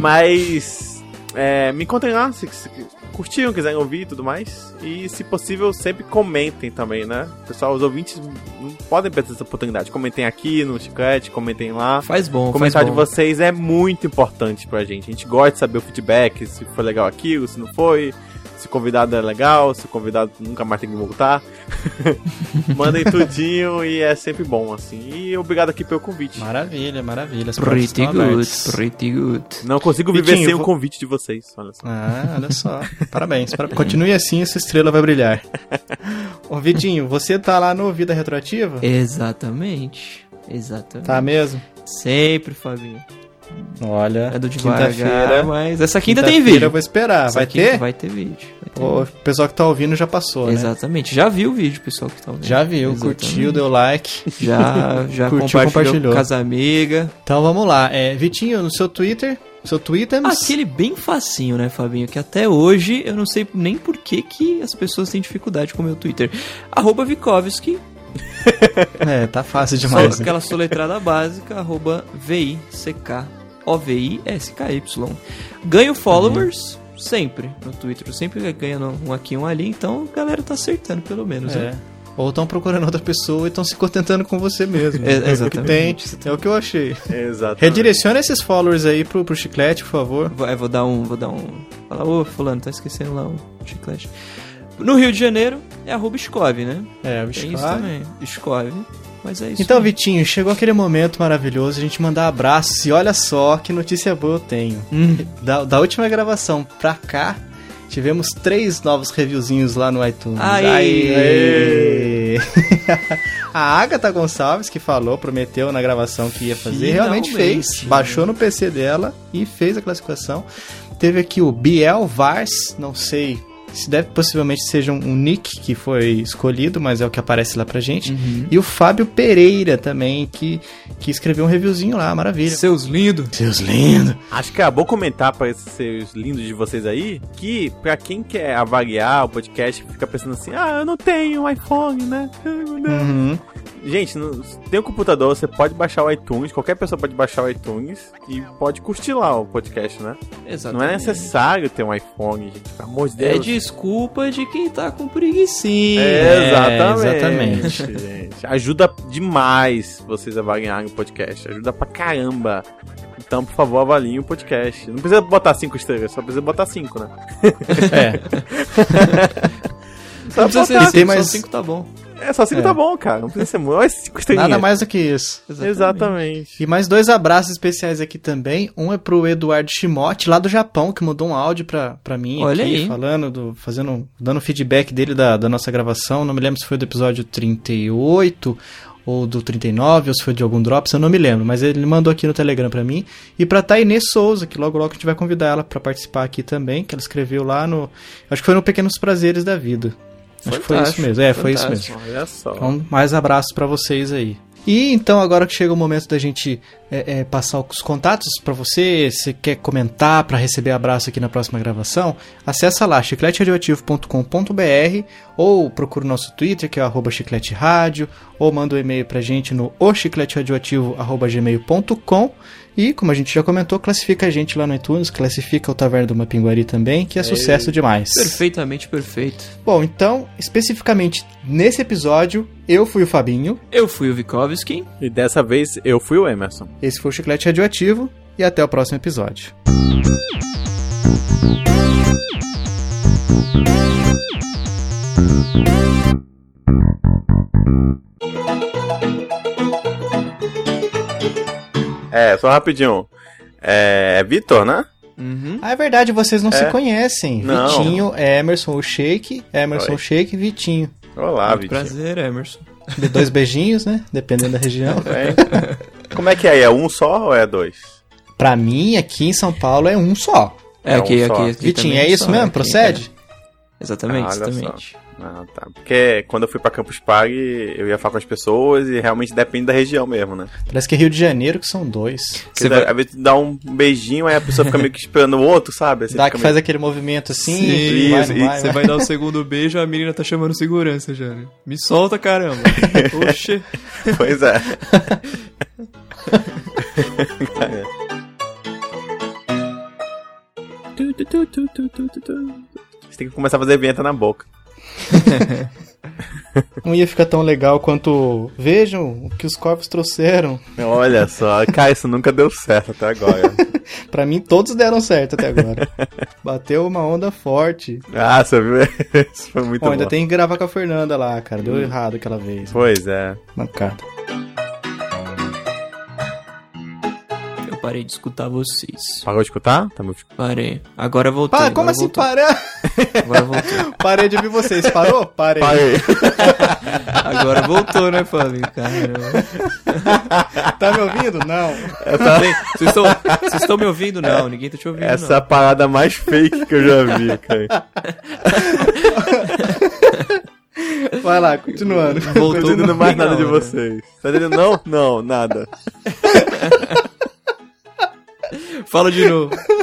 Mas é, me contem lá se, se curtiram, quiserem ouvir e tudo mais. E se possível, sempre comentem também, né? Pessoal, os ouvintes não podem perder essa oportunidade. Comentem aqui no Chiclete, comentem lá. Faz bom, O comentário de faz bom. vocês é muito importante pra gente. A gente gosta de saber o feedback, se foi legal aquilo, se não foi, se o convidado é legal, se o convidado nunca mais tem que voltar. [laughs] Mandem tudinho e é sempre bom, assim. E obrigado aqui pelo [laughs] convite. maravilha, maravilha. As portas Pretty estão good, abertas. pretty good. Não consigo viver Vitinho, sem o vou- convite de vocês, olha [laughs] só. Ah, olha só. Parabéns. para- Continue assim, essa estrela vai brilhar. Ô, Vidinho, você tá lá no Vida Retroativa? É. Exatamente. Exatamente. Tá mesmo? Sempre, Fabinho. Olha. É do devagar, quinta-feira. mas essa quinta, tem quinta-feira Eu vídeo. vou esperar. Essa Vai quinta ter? Vai ter vídeo. vai ter Pô, O pessoal que tá ouvindo já passou, né? Exatamente. Já viu o vídeo, pessoal que tá vendo. Já viu, curtiu, deu like. Já, já Curtiu, compartilhou, compartilhou. com as amigas. Então vamos lá. É, Vitinho, no seu Twitter, seu Twitter. Aquele bem facinho, né, Fabinho? Que até hoje eu não sei nem por que, que as pessoas têm dificuldade com o meu Twitter. Arroba Vikovski, É, tá fácil só demais. né? aquela soletrada básica, arroba V-I-C-K, O-V-I-S-K-Y. Ganho followers sempre no Twitter. Eu sempre ganho um aqui um ali, então a galera tá acertando pelo menos, né? É. Ou estão procurando outra pessoa e estão se contentando com você mesmo. É, É o que tem, exatamente. é o que eu achei. Exato. Redireciona esses followers aí pro, pro chiclete, por favor. Vou, é, vou dar um, vou dar um. Fala, ô fulano, tá esquecendo lá um chiclete. No Rio de Janeiro é arroba Escove, né? É, o Tem isso também. Escove. Mas é isso. Então, né? Vitinho, chegou aquele momento maravilhoso de a gente mandar abraços e olha só que notícia boa eu tenho. Hum. Da, da última gravação pra cá, tivemos três novos reviewzinhos lá no iTunes. Aê! Aê! [laughs] a Agatha Gonçalves, que falou, prometeu na gravação que ia fazer, realmente Finalmente. fez. Baixou no PC dela e fez a classificação. Teve aqui o Biel Vars, não sei. Se deve possivelmente seja um um nick que foi escolhido, mas é o que aparece lá pra gente. E o Fábio Pereira também, que, que escreveu um reviewzinho lá, maravilha. Seus lindos. Seus lindos. Acho que é bom comentar para esses seus lindos de vocês aí que, pra quem quer avaliar o podcast, fica pensando assim: ah, eu não tenho iPhone, né? Ai, meu Deus. Uhum. Gente, no- se tem um computador, você pode baixar o iTunes, qualquer pessoa pode baixar o iTunes e pode curtir lá o podcast, né? Exatamente. Não é necessário ter um iPhone, gente, pelo amor de Deus. É desculpa de quem tá com preguicinha. É, É, exatamente. [laughs] gente. Ajuda demais vocês avaliarem o podcast. Ajuda pra caramba. Então, por favor, avaliem o podcast. Não precisa botar cinco estrelas, só precisa botar cinco, né? É. Não precisa ser botar. cinco, Tem só mais- cinco tá bom. É, só cinco É. tá bom, cara. Não precisa ser muito. Olha cinco estrelinhas. Nada mais do que isso. Exatamente. E mais dois abraços especiais aqui também. Um é pro Eduardo Shimote, lá do Japão, que mandou um áudio pra, pra mim Olha aqui, aí. falando, do, fazendo, dando feedback dele da, da nossa gravação. Não me lembro se foi do episódio 38 ou do 39, ou se foi de algum Drops, eu não me lembro, mas ele mandou aqui no Telegram pra mim. E pra Tainê Souza, que logo logo a gente vai convidar ela pra participar aqui também, que ela escreveu lá no... Acho que foi no Pequenos Prazeres da Vida. Acho que foi isso Fantástico, mesmo, é, foi isso mesmo. fantástico. Olha só. Então, mais abraços pra vocês aí. E então, agora que chega o momento da gente é, é, passar os contatos pra você, se quer comentar pra receber abraço aqui na próxima gravação, acessa lá chicleteradioativo.com.br ou procura o nosso Twitter, que é o arroba chiclete rádio, ou manda um e-mail pra gente no ochicleteradioativo.gmail.com E, como a gente já comentou, classifica a gente lá no iTunes, classifica o Taverna do Mapinguari também, que é sucesso demais. Perfeitamente perfeito. Bom, então, especificamente nesse episódio, eu fui o Fabinho, Eu fui o Vikovski. E dessa vez eu fui o Emerson. esse foi o Chiclete Radioativo, e até o próximo episódio. É, só rapidinho. É, é Vitor, né? Uhum. Ah, é verdade, vocês não É. se conhecem. Não. Vitinho, Emerson, o Shake, Emerson, Oi. o Shake, Vitinho. Olá, Muito Ah, Vitinho. Ah, prazer, Emerson. De dois beijinhos, né? Dependendo da região. [laughs] É. Como é que é? É um só ou é dois? Pra mim, aqui em São Paulo, é um só. É, um aqui, só. aqui, aqui Vitinho, também é isso só, mesmo? aqui, Procede? é. Exatamente, Ah, olha só. exatamente. Ah, tá. Porque quando eu fui pra Campus Party, eu ia falar com as pessoas e realmente depende da região mesmo, né? Parece que é Rio de Janeiro, que são dois. Porque Você vai- Às vezes tu dá um beijinho, aí a pessoa fica meio que esperando o outro, sabe? Assim, Dá fica que faz aquele movimento assim, Sim, e vai, isso, não vai, Você vai. vai dar o segundo beijo, a menina tá chamando segurança já, né? Me solta, [laughs] caramba. Oxe. [laughs] meio... Pois é. Tu, tu, tu, tu, tu, tu, tu, tu. Você tem que começar a fazer vinheta na boca. Não ia ficar tão legal quanto. Vejam o que os corpos trouxeram. Olha só, cara, isso nunca deu certo até agora. Pra mim, todos deram certo até agora. Bateu uma onda forte. ah, você viu? [laughs] Isso foi muito Bom, ainda bom. tem que gravar com a Fernanda lá, cara. Deu errado aquela vez. Pois é. Mancada. Eu parei de escutar vocês. Parou de escutar? Tá me escutando? Parei. Agora voltei. Pá, como agora assim voltou. parar? Agora voltou. Parei de ouvir vocês. Parou? Parei. Agora voltou, né, Fábio? Caramba. Tá me ouvindo? Não. Peraí, Vocês estão- vocês estão me ouvindo? Não, ninguém tá te ouvindo. Essa é a parada mais fake que eu já vi, cara. Vai lá, continuando. não. Voltou Não tô entendendo no mais final, nada de né? vocês. Tá entendendo? Não? Não, nada. Fala de novo.